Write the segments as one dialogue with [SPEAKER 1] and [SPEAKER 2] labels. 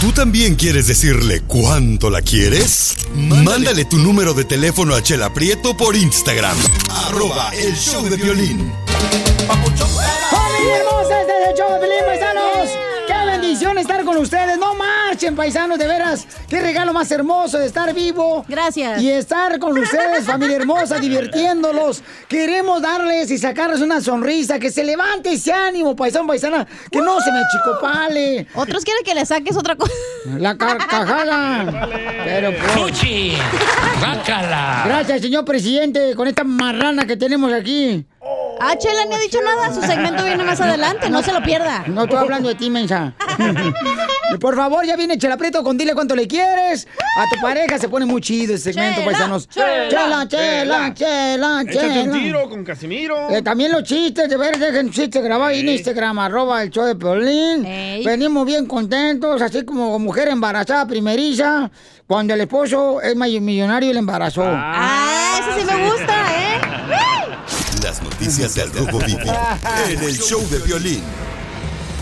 [SPEAKER 1] ¿Tú también quieres decirle cuánto la quieres? Mándale, tu número de teléfono a Chela Prieto por Instagram. Arroba el show de violín.
[SPEAKER 2] ¡Familia hermosa! Este es el show de Pelín, paisanos. ¡Qué bendición estar con ustedes! ¡No marchen, paisanos, de veras! ¡Qué regalo más hermoso de estar vivo! Gracias. Y estar con ustedes, familia hermosa, divirtiéndolos. Queremos darles y sacarles una sonrisa, que se levante ese ánimo, paisano, paisana, que no se me achicopale. Otros quieren que le saques otra cosa. La carcajada. Pero
[SPEAKER 3] ¡Fuchi!
[SPEAKER 4] Ah.
[SPEAKER 3] ¡Bácala!
[SPEAKER 2] Gracias, señor presidente, con esta marrana que tenemos aquí.
[SPEAKER 5] Ah, Chela no ha dicho nada. Su segmento viene más adelante. No se lo pierda.
[SPEAKER 2] No estoy hablando de ti, mensa. Y por favor, ya viene Chela Prieto con dile cuánto le quieres. A tu pareja se pone muy chido ese segmento,
[SPEAKER 4] Chela,
[SPEAKER 2] paisanos.
[SPEAKER 4] Chela,
[SPEAKER 2] Chela, chela,
[SPEAKER 4] Chela.
[SPEAKER 2] chela,
[SPEAKER 4] Échate un
[SPEAKER 2] chela.
[SPEAKER 4] tiro con Casimiro.
[SPEAKER 2] Eh, también los chistes, de ver, dejen chistes grabados ahí en
[SPEAKER 4] Ey.
[SPEAKER 2] Instagram, arroba el show de Piolín. Venimos bien contentos, así como mujer embarazada primeriza, cuando el esposo es may- millonario y le embarazó.
[SPEAKER 5] Ah, eso sí me gusta, ¿eh?
[SPEAKER 1] Las noticias del Rojo Vivo en el show de violín.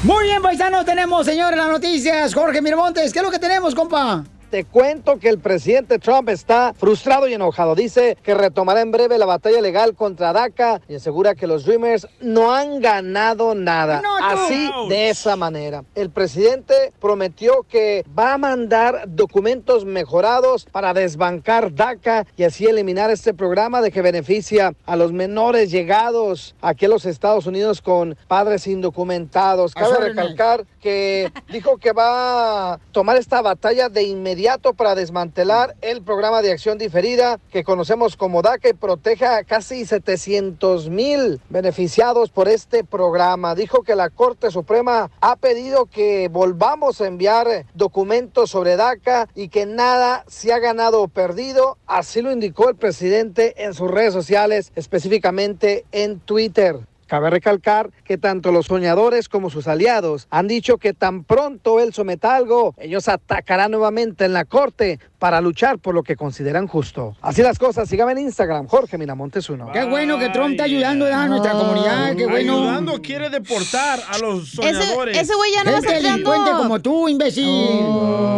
[SPEAKER 2] Muy bien, paisanos, tenemos, señores, las noticias. Jorge Miramontes, ¿qué es lo que tenemos, compa?
[SPEAKER 6] Te cuento que el presidente Trump está frustrado y enojado. Dice que retomará en breve la batalla legal contra DACA y asegura que los Dreamers no han ganado nada.
[SPEAKER 7] No, tú.
[SPEAKER 6] Así de esa manera. El presidente prometió que va a mandar documentos mejorados para desbancar DACA y así eliminar este programa de que beneficia a los menores llegados aquí a los Estados Unidos con padres indocumentados. Cabe
[SPEAKER 8] órdenes.
[SPEAKER 6] recalcar recalcar que dijo que va a tomar esta batalla de inmediato para desmantelar el programa de acción diferida que conocemos como DACA y protege a casi 700 mil beneficiados por este programa. Dijo que la Corte Suprema ha pedido que volvamos a enviar documentos sobre DACA y que nada se ha ganado o perdido. Así lo indicó el presidente en sus redes sociales, específicamente en Twitter. Cabe recalcar que tanto los soñadores como sus aliados han dicho que tan pronto él someta algo, ellos atacarán nuevamente en la corte para luchar por lo que consideran justo. Así las cosas, síganme en Instagram, Jorge Miramontes uno.
[SPEAKER 2] Qué bueno que Trump está ayudando a nuestra comunidad, Eh, qué bueno.
[SPEAKER 4] Ayudando quiere deportar a los soñadores.
[SPEAKER 2] Gente delincuente como tú, imbécil.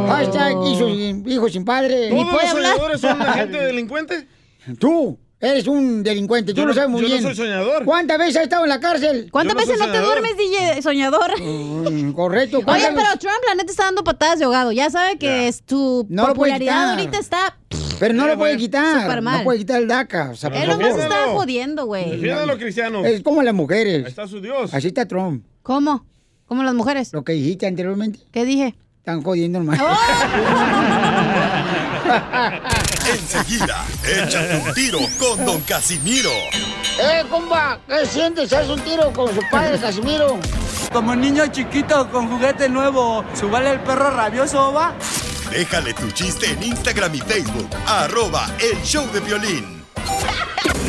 [SPEAKER 2] Hashtag hijos, hijos sin padre.
[SPEAKER 4] ¿Todos los soñadores son la gente delincuente?
[SPEAKER 2] Tú eres un delincuente, tú
[SPEAKER 4] Yo
[SPEAKER 2] lo
[SPEAKER 4] no-
[SPEAKER 2] sabes muy
[SPEAKER 4] yo no
[SPEAKER 2] bien.
[SPEAKER 4] soy soñador.
[SPEAKER 2] ¿Cuántas veces has estado en la cárcel?
[SPEAKER 5] ¿Cuántas veces no te duermes, DJ soñador?
[SPEAKER 2] Mm, Correcto.
[SPEAKER 5] Oye,
[SPEAKER 2] ¿cuántas
[SPEAKER 5] pero Trump, la neta, está dando patadas de ahogado. Ya sabe que es tu
[SPEAKER 2] No pues, lo puede
[SPEAKER 5] popularidad
[SPEAKER 2] quitar.
[SPEAKER 5] ahorita está...
[SPEAKER 2] veces? Pero no lo puede quitar.
[SPEAKER 5] Súper mal.
[SPEAKER 2] No puede quitar el DACA. O sea, por
[SPEAKER 5] Él nomás
[SPEAKER 2] favor.
[SPEAKER 5] está jodiendo, güey.
[SPEAKER 2] Es como las mujeres.
[SPEAKER 5] Ahí está su Dios.
[SPEAKER 2] Así está Trump.
[SPEAKER 5] ¿Cómo? ¿Cómo las mujeres?
[SPEAKER 2] Lo que dijiste anteriormente.
[SPEAKER 5] ¿Qué dije?
[SPEAKER 2] Están jodiendo, hermano.
[SPEAKER 1] Enseguida, échate un tiro con Don Casimiro.
[SPEAKER 2] ¡Eh, comba! ¿Qué sientes? ¿Haz un tiro con su padre, Casimiro?
[SPEAKER 9] Como niño chiquito con juguete nuevo, ¿subale el perro rabioso va?
[SPEAKER 1] Déjale tu chiste en Instagram y Facebook. Arroba el show de violín.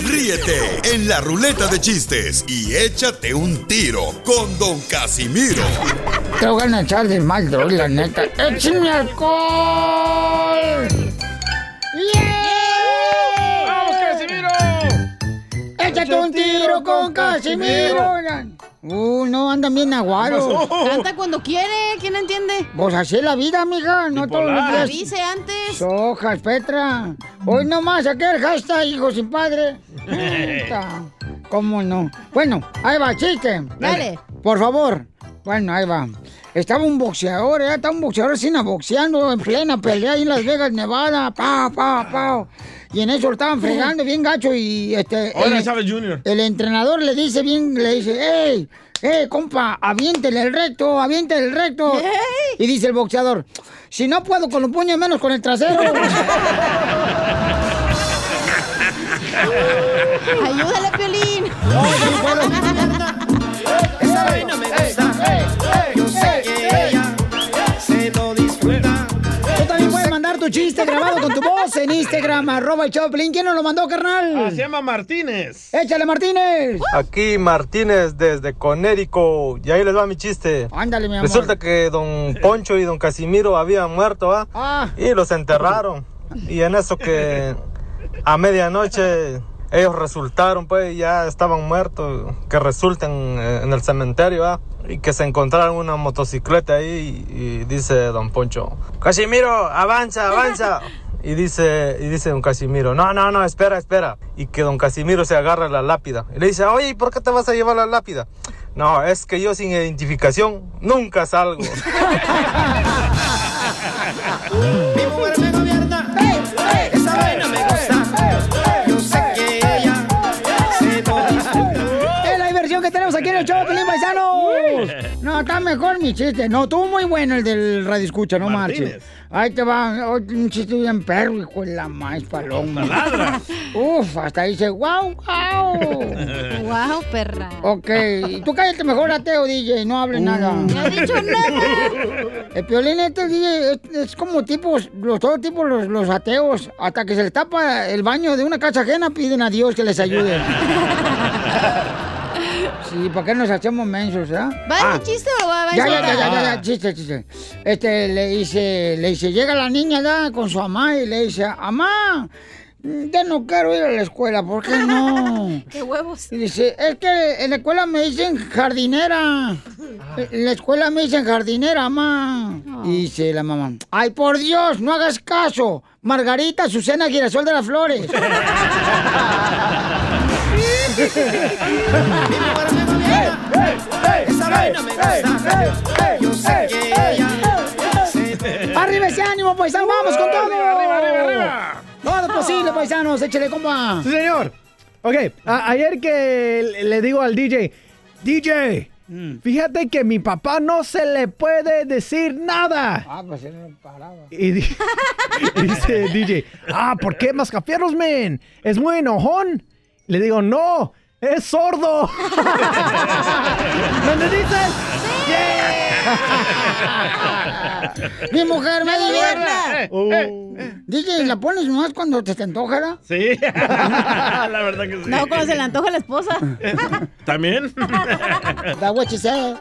[SPEAKER 1] Ríete en la ruleta de chistes y échate un tiro con Don Casimiro.
[SPEAKER 2] Te voy a echar de mal, droga, la neta. Eh, ¡Échame alcohol! ¡Yeah!
[SPEAKER 4] ¡Vamos, Casimiro!
[SPEAKER 2] ¡Échate un tiro con Casimiro! Uh, no, andan bien aguados.
[SPEAKER 5] Canta cuando quiere, ¿quién entiende?
[SPEAKER 2] Vos Pues así es la vida, amiga, no todos los días.
[SPEAKER 5] Avise antes.
[SPEAKER 2] Sojas, Petra. Hoy nomás, aquí el hashtag, hijo sin padre. Puta, ¿Cómo no? Bueno, ahí va, chiste.
[SPEAKER 5] Dale.
[SPEAKER 2] Por favor, Bueno, ahí va. Estaba un boxeador, ¿eh? Estaba un boxeador sin boxeando en plena pelea ahí en Las Vegas, Nevada. Pa, pa, pa. Y en eso lo estaban fregando bien gacho y este.
[SPEAKER 4] Ahora
[SPEAKER 2] el-
[SPEAKER 4] sabe Junior.
[SPEAKER 2] El entrenador le dice bien, le dice, ¡Ey! ¡Ey, compa! ¡Aviéntele el recto! ¡Aviéntele el recto! Y dice el boxeador, si no puedo con los puños, menos con el trasero.
[SPEAKER 5] Ayúdale, Piolín.
[SPEAKER 2] Yo sé que ella se lo disfruta. Tú también puedes mandar tu chiste grabado con tu voz en Instagram, arroba el Choplin. ¿Quién nos lo mandó, carnal?
[SPEAKER 4] Ah, Se llama Martínez. Uh.
[SPEAKER 2] Échale, Martínez.
[SPEAKER 10] Aquí Martínez desde Conérico. Y ahí les va mi chiste.
[SPEAKER 2] Ándale, mi amor.
[SPEAKER 10] Resulta que don Poncho y don Casimiro habían muerto, ¿ah?
[SPEAKER 2] Ah.
[SPEAKER 10] Y los enterraron. Y en eso que a medianoche ellos resultaron, pues ya estaban muertos, que resulten eh, en el cementerio, ¿ah? Y que se encontraron una motocicleta ahí y dice don Poncho, Casimiro, avanza, avanza. Y dice, y dice don Casimiro, no, no, no, espera, espera. Y que don Casimiro se agarra la lápida. Y le dice, oye, ¿y por qué te vas a llevar la lápida? No, es que yo sin identificación nunca salgo.
[SPEAKER 8] Mi mujer me gobierna. Esa vaina me gusta. Yo sé que ella se lo disfruta.
[SPEAKER 2] Es la diversión que tenemos aquí en el show, Pelín Paisanos. No, está mejor mi chiste. No, tú muy bueno el del Radio Escucha, no marches.
[SPEAKER 8] Martínez.
[SPEAKER 2] Ahí te va otro- un chiste bien perro, hijo de la maíz paloma.
[SPEAKER 8] Taladra.
[SPEAKER 2] Uf, hasta dice, wow, wow.
[SPEAKER 5] Wow, perra.
[SPEAKER 2] Ok, tú cállate mejor ateo, DJ, no
[SPEAKER 4] Uh.
[SPEAKER 2] hable nada. No
[SPEAKER 5] he dicho
[SPEAKER 2] nada. El piolín este DJ es, es como tipos, los todo tipo los, los ateos, hasta que se les tapa el baño de una casa ajena, piden a Dios que les ayude. Sí, ¿para qué nos hacemos mensos, ah?
[SPEAKER 5] ¿Va el chiste o va va
[SPEAKER 2] Ya,
[SPEAKER 5] eso?
[SPEAKER 2] ya, ya, ya, ya, ya, chiste, chiste. Este, le dice, le dice, llega la niña ya con su mamá y le dice, mamá, ya no quiero ir a la escuela, ¿por qué no?
[SPEAKER 5] ¡Qué huevos!
[SPEAKER 2] Y dice, es que en la escuela me dicen jardinera.
[SPEAKER 5] Ah.
[SPEAKER 2] En la escuela me dicen jardinera, mamá. Y dice la mamá, ay, por Dios, no hagas caso. Margarita, Susana, Girasol de las Flores.
[SPEAKER 8] Esa vaina me gusta. Yo sé que ella se lo
[SPEAKER 2] ¡Arriba ese ánimo, paisano! ¡Vamos con todo!
[SPEAKER 8] Uh, Arriba, arriba, arriba, arriba.
[SPEAKER 2] Todo es posible, paisanos. Échale, compa.
[SPEAKER 11] Sí, señor. Ok, a- ayer que le- le digo al DJ, DJ,
[SPEAKER 2] Mm.
[SPEAKER 11] fíjate que mi papá no se le puede decir nada.
[SPEAKER 2] Ah, pues él no paraba.
[SPEAKER 11] Y di- y dice DJ, ah, ¿por qué mascafierros, men? ¿Es muy enojón? Le digo, no, es sordo. ¿Dónde dices?
[SPEAKER 2] Mi mujer me Eh,
[SPEAKER 8] Me
[SPEAKER 2] divierta.
[SPEAKER 8] gobierna.
[SPEAKER 2] DJ, ¿la pones nomás cuando te, te antoja, ¿no?
[SPEAKER 4] Sí. La verdad que sí.
[SPEAKER 5] No, cuando se le antoja a la esposa.
[SPEAKER 4] ¿También?
[SPEAKER 2] Da what she said.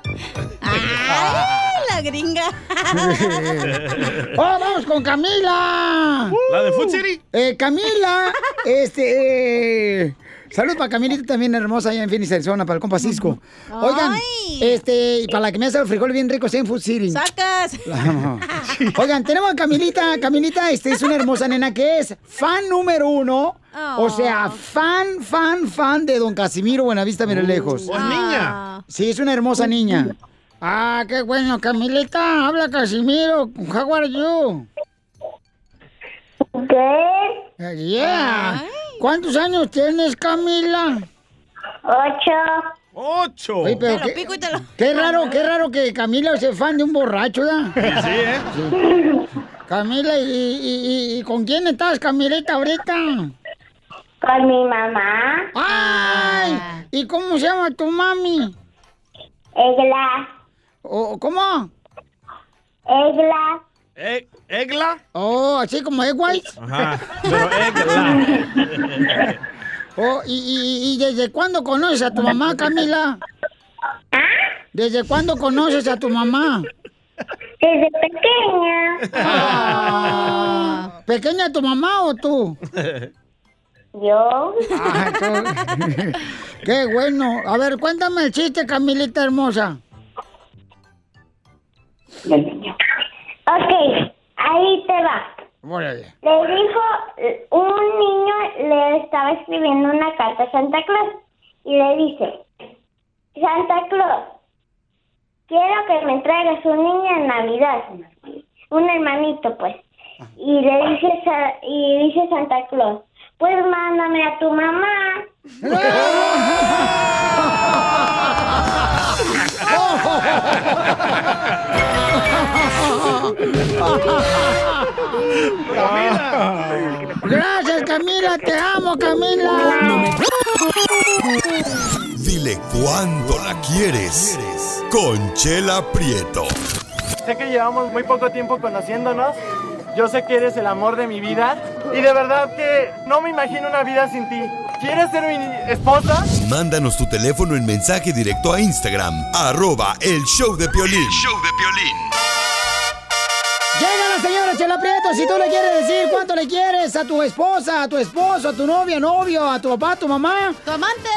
[SPEAKER 5] ¡Ay, la gringa!
[SPEAKER 2] ¡Oh, vamos con Camila!
[SPEAKER 4] ¿La de Food City?
[SPEAKER 2] Eh, Camila, este. eh, Salud para Camilita también hermosa allá en Phoenix, Arizona, para el compa Cisco. Oigan, este, y para la que me hace el frijol bien rico, en Food City.
[SPEAKER 5] ¡Sacas!
[SPEAKER 2] La amo. Oigan, tenemos a Camilita. Camilita, este es una hermosa nena que es fan número uno. O sea, fan, fan, fan de don Casimiro Buenavista Mirelejos.
[SPEAKER 8] Oh, es niña.
[SPEAKER 2] Sí, es una hermosa niña. Ah, qué bueno, Camilita. Habla Casimiro. How are you? ¿Qué? Yeah. ¿Cuántos años tienes, Camila? Ocho.
[SPEAKER 4] Ocho.
[SPEAKER 2] Oye, pero
[SPEAKER 8] Te lo
[SPEAKER 2] qué,
[SPEAKER 8] pico y te lo-
[SPEAKER 2] qué raro, qué raro que Camila sea fan de un borracho, ¿ya?
[SPEAKER 8] sí, ¿eh?
[SPEAKER 2] Sí. Camila, ¿y, y- y- y con quién estás, Camilita, ahorita? Con mi mamá. ¡Ay! ¿Y cómo se llama tu mami? Egla. ¿Cómo? Egla.
[SPEAKER 8] Eh,
[SPEAKER 4] ¿Egla?
[SPEAKER 2] Oh, así como Egg White.
[SPEAKER 4] Ajá. Pero Egla.
[SPEAKER 2] Oh, y, y- y- y desde cuándo conoces a tu mamá, Camila? ¿Desde cuándo conoces a tu mamá? Desde pequeña. Ah, ¿Pequeña tu mamá o tú? Yo. Qué bueno. A ver, cuéntame el chiste, Camilita hermosa.
[SPEAKER 12] Ok, ahí te va.
[SPEAKER 2] Órale.
[SPEAKER 12] Le dijo, un niño le estaba escribiendo una carta a Santa Claus y le dice, Santa Claus, quiero que me traigas un niño en Navidad, un hermanito, pues. Y le dices a- y dice Santa Claus, pues mándame a tu mamá.
[SPEAKER 2] Gracias, Camila, te amo, Camila.
[SPEAKER 1] Dile cuándo la quieres. Conchela Prieto.
[SPEAKER 13] Sé que llevamos muy poco tiempo conociéndonos. Yo sé que eres el amor de mi vida. Y de verdad que no me imagino una vida sin ti. ¿Quieres ser mi esposa?
[SPEAKER 1] Mándanos tu teléfono en mensaje directo a Instagram, arroba el show de Piolín.
[SPEAKER 2] Llega la señora Chela Prieto, si tú le quieres decir cuánto le quieres a tu esposa, a tu esposo, a tu novia, novio, a tu papá, a tu mamá. ¡Tu amante!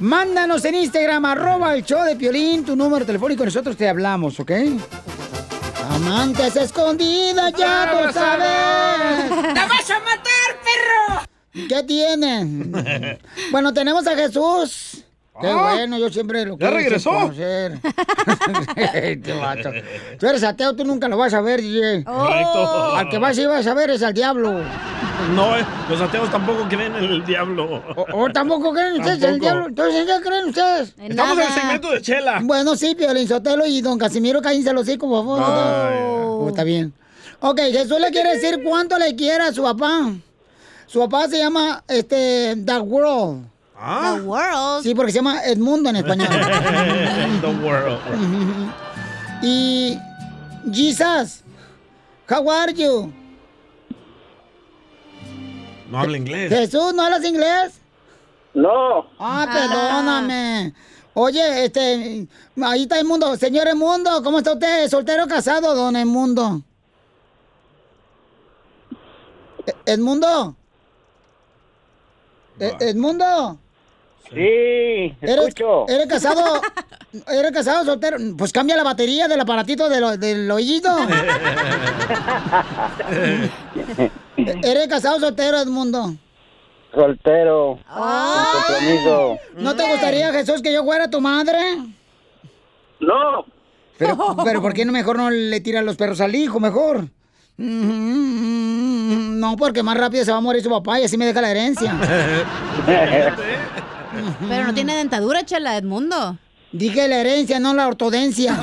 [SPEAKER 2] Mándanos en Instagram, arroba el show de Piolín, tu número telefónico, nosotros te hablamos, ¿ok? Amantes escondidas, ya tú sabes.
[SPEAKER 8] ¡Te
[SPEAKER 2] vas a matar, perro! ¿Qué tienen? Bueno, tenemos a Jesús. Qué
[SPEAKER 8] Ah.
[SPEAKER 2] bueno, yo siempre lo
[SPEAKER 8] ¿Ya
[SPEAKER 2] quise
[SPEAKER 8] regresó?
[SPEAKER 2] conocer. Qué vato. Tú eres ateo, tú nunca lo vas a ver, DJ.
[SPEAKER 4] Correcto.
[SPEAKER 2] Al que vas y vas a ver es al diablo.
[SPEAKER 4] No, eh, los ateos tampoco creen en el diablo.
[SPEAKER 2] O tampoco creen ustedes en el
[SPEAKER 4] Tampoco.
[SPEAKER 2] diablo. Entonces, ¿en ¿qué creen ustedes?
[SPEAKER 4] Estamos en el segmento de Chela.
[SPEAKER 2] Bueno, sí, Piolín Sotelo y don Casimiro, cállense los hocico, por favor. Oh, está bien. Ok, Jesús le quiere decir cuánto le quiere a su papá. Su papá se llama, este, The World. ¿Ah? The World. Sí, porque se llama Edmundo en español.
[SPEAKER 4] The world.
[SPEAKER 2] Y Jesus, how are you?
[SPEAKER 4] No habla inglés.
[SPEAKER 2] Jesús, ¿no hablas inglés?
[SPEAKER 14] No.
[SPEAKER 2] Ah, perdóname. Oye, este, ahí está el mundo. Señor el mundo, ¿cómo está usted? ¿Soltero o casado, don Edmundo? E- ¿Edmundo? E- ¿Edmundo?
[SPEAKER 14] Sí,
[SPEAKER 2] ¿Eres,
[SPEAKER 14] escucho.
[SPEAKER 2] ¿Eres casado? ¿Eres casado o soltero? Pues cambia la batería del aparatito de lo- del oído. ¿E-, ¿Eres casado o soltero, Edmundo?
[SPEAKER 14] Soltero. Sin compromiso.
[SPEAKER 2] ¿No te gustaría, Jesús, que yo fuera tu madre?
[SPEAKER 14] No.
[SPEAKER 2] Pero, pero ¿por qué no mejor no le tiran los perros al hijo, mejor? Mm, No, porque más rápido se va a morir su papá y así me deja la herencia.
[SPEAKER 5] Pero no tiene dentadura, chela, Edmundo.
[SPEAKER 2] Dije la herencia, no la ortodencia.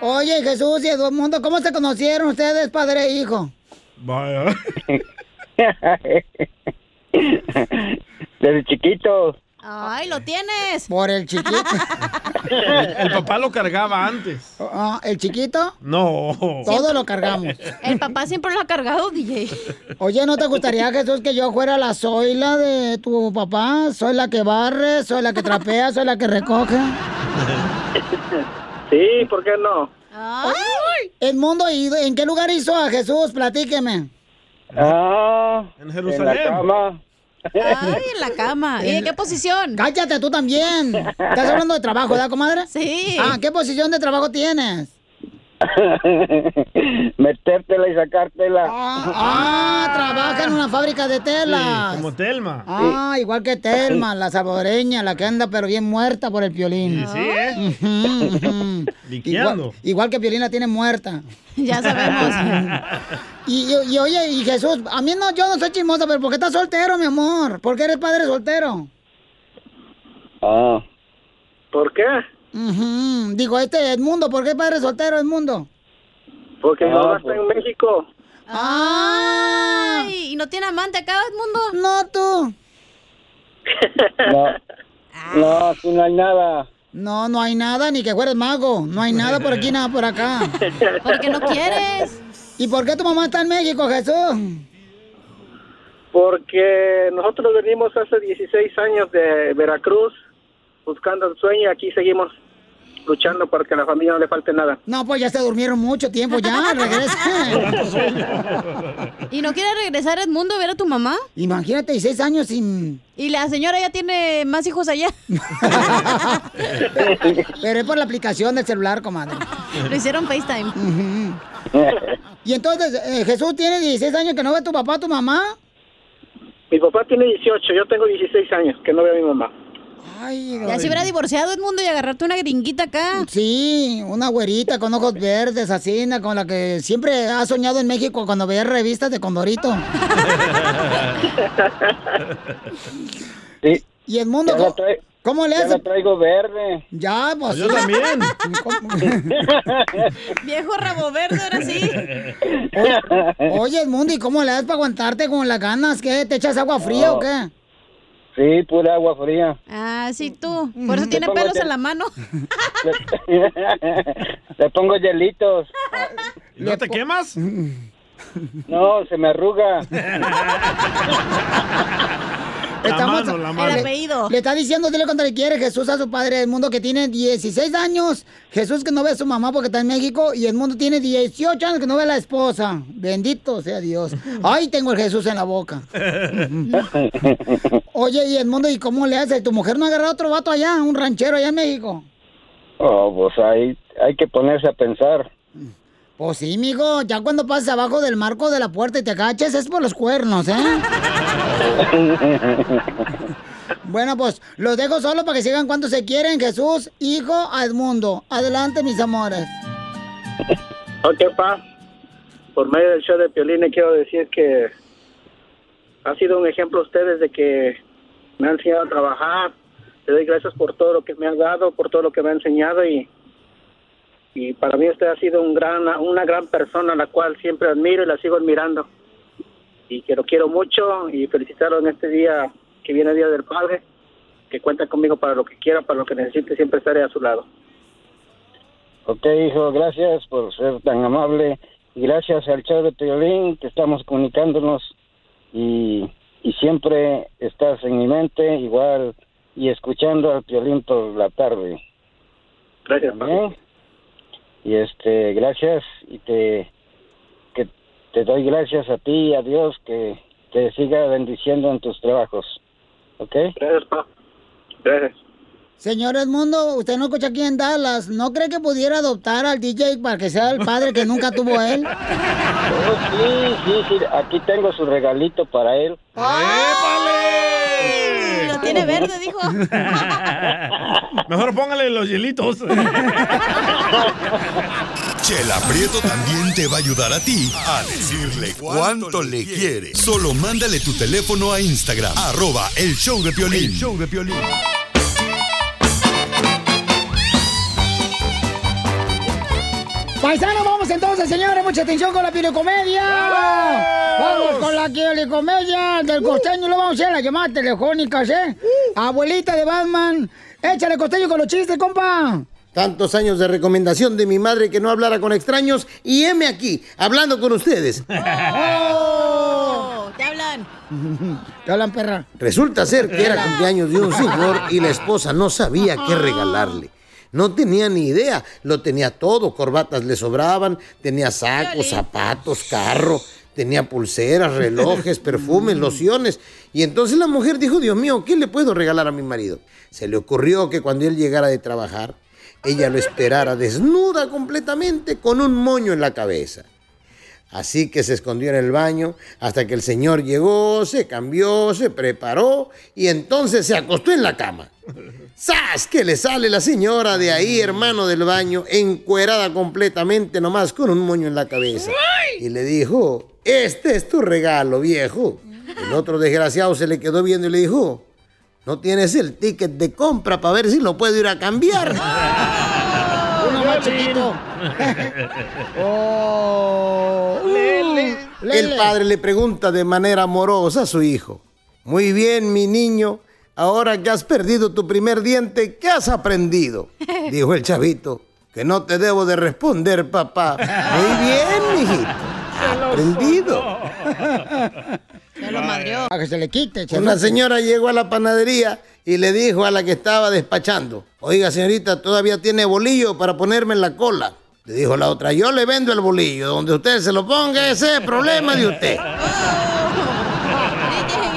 [SPEAKER 2] Oye, Jesús y Edmundo, ¿cómo se conocieron ustedes, padre e hijo?
[SPEAKER 4] Vaya.
[SPEAKER 14] Desde chiquito.
[SPEAKER 5] Ay, lo tienes.
[SPEAKER 2] Por el chiquito.
[SPEAKER 4] El papá lo cargaba antes.
[SPEAKER 2] Ah, ¿El chiquito?
[SPEAKER 4] No.
[SPEAKER 2] Todo lo cargamos.
[SPEAKER 5] El papá siempre lo ha cargado, DJ.
[SPEAKER 2] Oye, ¿no te gustaría, Jesús, que yo fuera la Zoila de tu papá? Soy la que barre, soy la que trapea, soy la que recoge.
[SPEAKER 14] Sí, ¿por qué no?
[SPEAKER 2] Edmundo, ¿y en qué lugar hizo a Jesús? Platíqueme.
[SPEAKER 14] Ah, en la
[SPEAKER 2] Jerusalén.
[SPEAKER 14] cama.
[SPEAKER 5] Ay, en la cama. Ah, ¿Y de qué posición?
[SPEAKER 2] Cállate, tú también. ¿Estás hablando de trabajo, ¿verdad, comadre?
[SPEAKER 5] Sí.
[SPEAKER 2] Ah, ¿qué posición de trabajo tienes?
[SPEAKER 14] Metértela y sacártela.
[SPEAKER 2] Ah, trabaja en una fábrica de telas.
[SPEAKER 4] Como Telma.
[SPEAKER 2] Ah, igual que Telma, la salvadoreña, la que anda pero bien muerta por el piolín.
[SPEAKER 4] Sí, ¿eh?
[SPEAKER 2] Ujú, ujú.
[SPEAKER 4] Liqueando.
[SPEAKER 2] Igual, igual que Piolín la tiene muerta.
[SPEAKER 5] Ya
[SPEAKER 4] Ah, pues,
[SPEAKER 2] Y, y- y oye, y Jesús, a mí no, yo no soy chismosa, pero ¿por qué estás soltero, mi amor? ¿Por qué eres padre soltero?
[SPEAKER 14] Ah. ¿Por qué?
[SPEAKER 2] Ujú. Digo, este Edmundo, ¿por qué padre soltero, Edmundo?
[SPEAKER 14] Porque
[SPEAKER 2] Ah,
[SPEAKER 14] mi mamá
[SPEAKER 2] pues.
[SPEAKER 14] está en México.
[SPEAKER 5] Ay, ¿y no tiene amante acá, Edmundo?
[SPEAKER 2] Ah. No, tú.
[SPEAKER 14] No. No, aquí no hay nada.
[SPEAKER 2] No, no hay nada, ni que fueres mago. No hay nada por aquí, nada por acá.
[SPEAKER 14] Porque no
[SPEAKER 5] quieres.
[SPEAKER 2] ¿Y por qué tu mamá está en México, Jesús?
[SPEAKER 14] Porque nosotros venimos hace 16 años de Veracruz buscando el sueño y aquí seguimos luchando para que a la familia no le falte nada.
[SPEAKER 2] No, pues ya se durmieron mucho tiempo, ya, regresa.
[SPEAKER 5] ¿Y no quiere regresar Edmundo a ver a tu mamá?
[SPEAKER 2] Imagínate, y seis años sin...
[SPEAKER 5] Y la señora ya tiene más hijos allá.
[SPEAKER 2] Pero es por la aplicación del celular, comadre.
[SPEAKER 5] Lo hicieron FaceTime.
[SPEAKER 2] Y entonces, eh, Jesús tiene 16 años que no ve a tu papá, tu mamá.
[SPEAKER 14] Mi papá tiene 18, yo tengo 16 años que no veo a mi mamá.
[SPEAKER 2] Ay,
[SPEAKER 5] Ya se hubiera divorciado Edmundo y agarrarte una gringuita acá.
[SPEAKER 2] Sí, una güerita con ojos verdes, así, na, con la que siempre ha soñado en México cuando veía revistas de Condorito.
[SPEAKER 15] Sí.
[SPEAKER 2] Y Edmundo,
[SPEAKER 15] Ya la
[SPEAKER 2] ¿cómo,
[SPEAKER 15] trae-
[SPEAKER 2] cómo le
[SPEAKER 15] ya
[SPEAKER 2] hace?
[SPEAKER 15] la traigo verde.
[SPEAKER 2] Ya, pues.
[SPEAKER 15] Yo también.
[SPEAKER 5] Viejo rabo verde, ahora sí.
[SPEAKER 2] Oye, Edmundo, ¿y cómo le das para aguantarte con las ganas? ¿Qué? ¿Te echas agua fría o
[SPEAKER 15] No.
[SPEAKER 2] qué?
[SPEAKER 15] Sí, pura agua fría.
[SPEAKER 5] Ah, sí, tú. Por eso
[SPEAKER 15] Te
[SPEAKER 5] tiene
[SPEAKER 15] pongo
[SPEAKER 5] pelos
[SPEAKER 15] ya-
[SPEAKER 5] en la mano.
[SPEAKER 15] Le pongo hielitos.
[SPEAKER 4] ¿No te quemas?
[SPEAKER 15] No, se me arruga.
[SPEAKER 4] mano, la
[SPEAKER 2] le-
[SPEAKER 4] mano. El
[SPEAKER 2] Le, está diciendo, dile cuánto le quiere Jesús a su padre Edmundo que tiene 16 años. Jesús que no ve a su mamá porque está en México y Edmundo tiene 18 años que no ve a la esposa. Bendito sea Dios. Ay, tengo el Jesús en la boca. Oye, y Edmundo, ¿y cómo le hace? ¿Tu mujer no ha agarrado otro vato allá, un ranchero allá en México?
[SPEAKER 15] Oh, pues ahí hay que ponerse a pensar.
[SPEAKER 2] Pues sí, mijo, ya cuando pasas abajo del marco de la puerta y te caches es por los cuernos, ¿eh? Bueno, pues los dejo solo para que sigan cuando se quieren. Jesús, hijo, Edmundo. Adelante, mis amores.
[SPEAKER 14] Ok, pa. Por medio del show de Piolín, quiero decir que ha sido un ejemplo ustedes de que me han enseñado a trabajar. Te doy gracias por todo lo que me han dado, por todo lo que me ha enseñado y, y para mí usted ha sido un gran, una gran persona, la cual siempre admiro y la sigo admirando. Y que lo quiero mucho y felicitarlo en este día que viene Día del Padre, que cuenta conmigo para lo que quiera, para lo que necesite, siempre estaré a su lado.
[SPEAKER 15] Ok, hijo, gracias por ser tan amable. Y gracias al show de Piolín que estamos comunicándonos. Y, y siempre estás en mi mente, igual, y escuchando al Piolín por la tarde.
[SPEAKER 14] Gracias,
[SPEAKER 15] Bien. Y este, gracias y te, que te doy gracias a ti y a Dios que te siga bendiciendo en tus trabajos. ¿Ok?
[SPEAKER 14] Gracias, pa. Gracias.
[SPEAKER 2] Señor Edmundo, usted no escucha aquí en Dallas. ¿No cree que pudiera adoptar al DJ para que sea el padre que nunca tuvo él?
[SPEAKER 15] Oh, sí, sí, sí, aquí tengo su regalito para él.
[SPEAKER 5] Lo tiene verde, dijo.
[SPEAKER 4] Mejor póngale los hielitos.
[SPEAKER 1] Chela Prieto también te va a ayudar a ti a decirle cuánto le quiere. Solo mándale tu teléfono a Instagram, arroba el show de Piolín.
[SPEAKER 8] El
[SPEAKER 2] Paisano, vamos entonces, señores. Mucha atención con la piolicomedia. Vamos con la piolicomedia del costeño. Lo vamos a hacer las llamadas telefónicas, ¿eh? Abuelita de Batman. Échale costeño con los chistes, compa.
[SPEAKER 16] Tantos años de recomendación de mi madre que no hablara con extraños y heme aquí, hablando con ustedes.
[SPEAKER 5] Oh, te hablan.
[SPEAKER 2] Te hablan, perra.
[SPEAKER 16] Resulta ser que era cumpleaños de un señor y la esposa no sabía qué
[SPEAKER 2] Ah.
[SPEAKER 16] regalarle. No tenía ni idea, lo tenía todo, corbatas le sobraban, tenía sacos, zapatos, carro, tenía pulseras, relojes, perfumes,
[SPEAKER 2] Mm.
[SPEAKER 16] lociones. Y entonces la mujer dijo, Dios mío, ¿qué le puedo regalar a mi marido? Se le ocurrió que cuando él llegara de trabajar, ella lo esperara desnuda completamente con un moño en la cabeza. Así que se escondió en el baño hasta que el señor llegó, se cambió, se preparó y entonces se acostó en la cama. ¡Sas! Que le sale la señora de ahí, hermano del baño, encuerada completamente nomás con un moño en la cabeza. Y le dijo, este es tu regalo, viejo. El otro desgraciado se le quedó viendo y le dijo, no tienes el ticket de compra para ver si lo puedo ir a cambiar.
[SPEAKER 2] Uno más chiquito. Oh.
[SPEAKER 16] El padre le pregunta de manera amorosa a su hijo. Muy bien, mi niño. Ahora que has perdido tu primer diente, ¿qué has aprendido? Dijo el chavito. Que no te debo de responder, papá. Muy bien, mijito. Aprendido.
[SPEAKER 2] Se lo madrió. A que se le quite. se
[SPEAKER 16] Una
[SPEAKER 2] lo-
[SPEAKER 16] señora llegó a la panadería y le dijo a la que estaba despachando, oiga señorita, todavía tiene bolillo para ponerme en la cola. Le dijo la otra, yo le vendo el bolillo, donde usted se lo ponga, ese es problema de usted.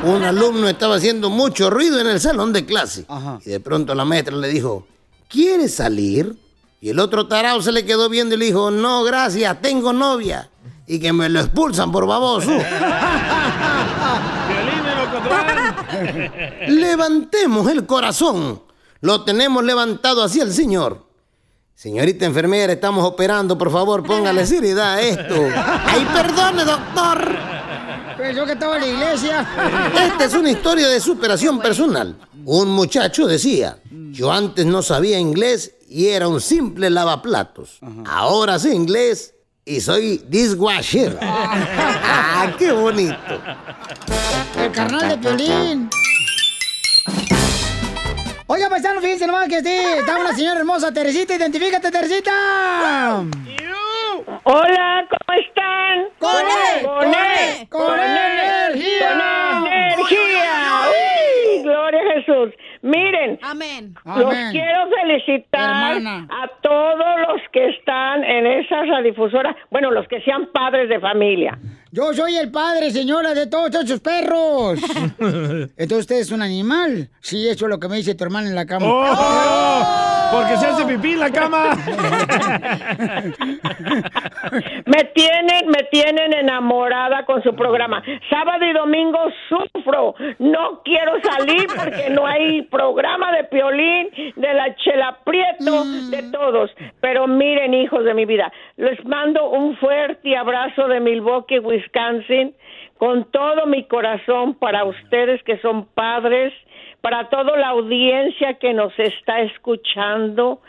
[SPEAKER 16] Un alumno estaba haciendo mucho ruido en el salón de clase. Y de pronto la maestra le dijo, ¿quiere salir? Y el otro tarao se le quedó viendo y le dijo, no, gracias, tengo novia. Y que me lo expulsan por baboso.
[SPEAKER 8] Violín y Locotrón.
[SPEAKER 16] Levantemos el corazón. Lo tenemos levantado así el señor. Señorita enfermera, estamos operando, por favor, póngale seriedad a esto. ¡Ay, perdone, doctor!
[SPEAKER 2] Pensó Pues que estaba en la iglesia.
[SPEAKER 16] Esta es una historia de superación personal. Un muchacho decía, yo antes no sabía inglés y era un simple lavaplatos. Ahora sé inglés y soy dishwasher. ¡Ah, qué bonito!
[SPEAKER 2] El carnal de Piolín. Oiga, paisano, fíjense nomás que sí, está una señora hermosa. Teresita, identifícate, Teresita.
[SPEAKER 17] Hola, ¿cómo están?
[SPEAKER 2] ¡Con él!
[SPEAKER 17] ¡Con él!
[SPEAKER 2] ¡Con energía!
[SPEAKER 17] ¡Con energía! ¡Uy! ¡Gloria a Jesús! Miren,
[SPEAKER 5] Amén.
[SPEAKER 17] los quiero felicitar a todos los que están en esa radiodifusora. Bueno, los que sean padres de familia.
[SPEAKER 2] Yo soy el padre, señora, de todos esos perros. Entonces usted es un animal. Sí, eso es lo que me dice tu hermana en la cama.
[SPEAKER 8] Oh.
[SPEAKER 4] Porque se hace pipí en la cama.
[SPEAKER 17] Me tienen, me tienen enamorada con su programa. Sábado y domingo sufro. No quiero salir porque no hay programa de Piolín, de la Chela Prieto, de todos. Pero miren, hijos de mi vida, les mando un fuerte abrazo de Milwaukee, Wisconsin, con todo mi corazón para ustedes que son padres, para toda la audiencia que nos está escuchando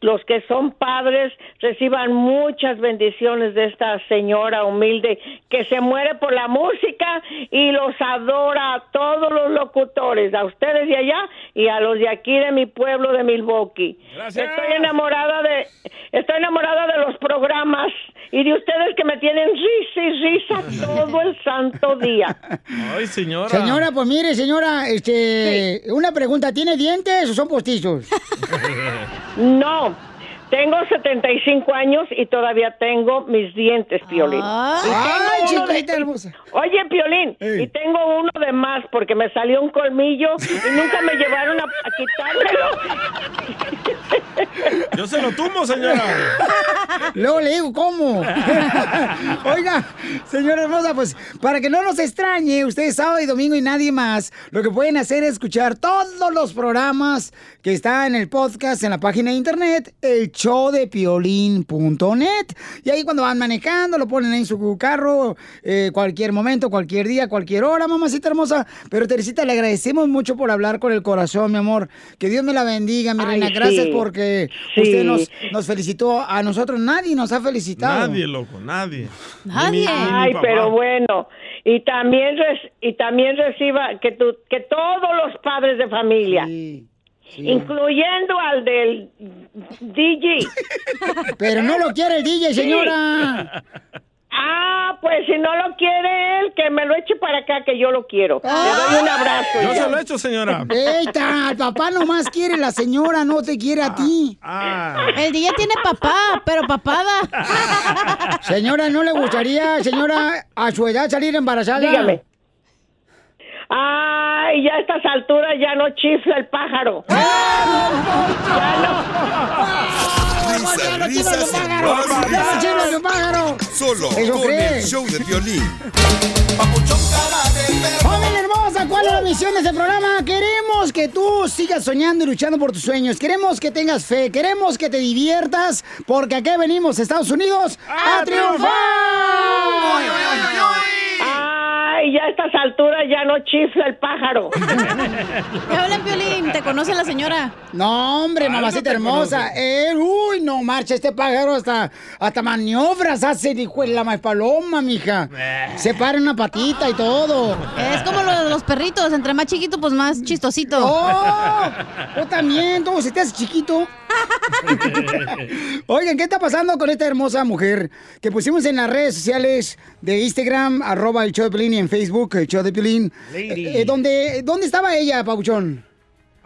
[SPEAKER 17] los que son padres reciban muchas bendiciones de esta señora humilde que se muere por la música y los adora a todos los locutores, a ustedes de allá y a los de aquí de mi pueblo de Milwaukee.
[SPEAKER 8] Gracias.
[SPEAKER 17] Estoy enamorada de estoy enamorada de los programas y de ustedes que me tienen risa y risa todo el santo día.
[SPEAKER 4] Ay, señora.
[SPEAKER 2] Señora, pues mire, señora, este, una pregunta, ¿tiene dientes o son postizos?
[SPEAKER 17] No, tengo 75 años y todavía tengo mis dientes, Piolín.
[SPEAKER 8] Ay,
[SPEAKER 17] Y tengo uno de-
[SPEAKER 8] chiquita
[SPEAKER 17] Oye, Piolín, y tengo uno de más porque me salió un colmillo y nunca me llevaron a, a quitármelo.
[SPEAKER 4] Yo se lo tumbo, señora.
[SPEAKER 2] Luego le digo, ¿cómo? Oiga, señora hermosa, pues para que no nos extrañe, ustedes sábado y domingo y nadie más, lo que pueden hacer es escuchar todos los programas que están en el podcast, en la página de internet, el showdepiolín.net. Y ahí cuando van manejando, lo ponen ahí en su carro, eh, cualquier momento, cualquier día, cualquier hora, mamacita hermosa. Pero Teresita, le agradecemos mucho por hablar con el corazón, mi amor. Que Dios me la bendiga, mi reina. Gracias
[SPEAKER 4] sí.
[SPEAKER 2] porque
[SPEAKER 4] Sí.
[SPEAKER 2] usted nos, nos felicitó a nosotros, nadie nos ha felicitado.
[SPEAKER 4] Nadie, loco, nadie. Ni mi-
[SPEAKER 2] Nadie.
[SPEAKER 4] ni mi
[SPEAKER 17] Ay,
[SPEAKER 4] papá.
[SPEAKER 17] pero bueno. Y también res- y también reciba que tu- que todos los padres de familia, incluyendo al del DJ.
[SPEAKER 2] Pero no lo quiere el DJ,
[SPEAKER 17] Sí.
[SPEAKER 2] señora.
[SPEAKER 17] Ah, pues si no lo quiere él, que me lo eche para acá, que yo lo quiero. Le doy
[SPEAKER 2] Ah.
[SPEAKER 17] un abrazo.
[SPEAKER 4] Yo
[SPEAKER 17] ya.
[SPEAKER 4] se lo he hecho, señora.
[SPEAKER 2] Eh. Eita, al papá nomás quiere la señora, no te quiere a ti. ah.
[SPEAKER 5] El DJ tiene papá, pero papada.
[SPEAKER 2] Señora, ¿no le gustaría, señora, a su edad salir embarazada?
[SPEAKER 17] Dígame. Ay, ya a estas alturas ya no chifla el pájaro.
[SPEAKER 4] Ah.
[SPEAKER 1] Risas, risas y más risas. Solo
[SPEAKER 2] ¿Eso
[SPEAKER 1] con
[SPEAKER 2] cree?
[SPEAKER 1] el show de violín.
[SPEAKER 2] Joven hermosa, ¿cuál es la misión de este programa? Queremos que tú sigas soñando y luchando por tus sueños. Queremos que tengas fe. Queremos que te diviertas. Porque aquí venimos, Estados Unidos, a, triunfar.
[SPEAKER 17] Ay, ya a estas alturas ya no chifla el pájaro.
[SPEAKER 5] ¿Qué hablan, Piolín? ¿Te conoce la señora?
[SPEAKER 2] No, hombre,
[SPEAKER 5] Algo
[SPEAKER 2] mamacita
[SPEAKER 5] te
[SPEAKER 2] hermosa. Eh, uy, no marcha, este pájaro hasta, hasta maniobras hace, dijo la más paloma, mija.
[SPEAKER 5] Eh.
[SPEAKER 2] Se para en una patita y todo.
[SPEAKER 5] Es como lo de los perritos, entre más chiquito, pues más chistosito.
[SPEAKER 2] ¡Oh! Yo también, tú, si te haces chiquito. Oigan, ¿qué está pasando con esta hermosa mujer que pusimos en las redes sociales de Instagram, arroba el show de Piolín, y en Facebook, el show de Piolín?
[SPEAKER 4] Lady.
[SPEAKER 2] Eh, eh, ¿dónde, ¿Dónde estaba ella, Pabuchón?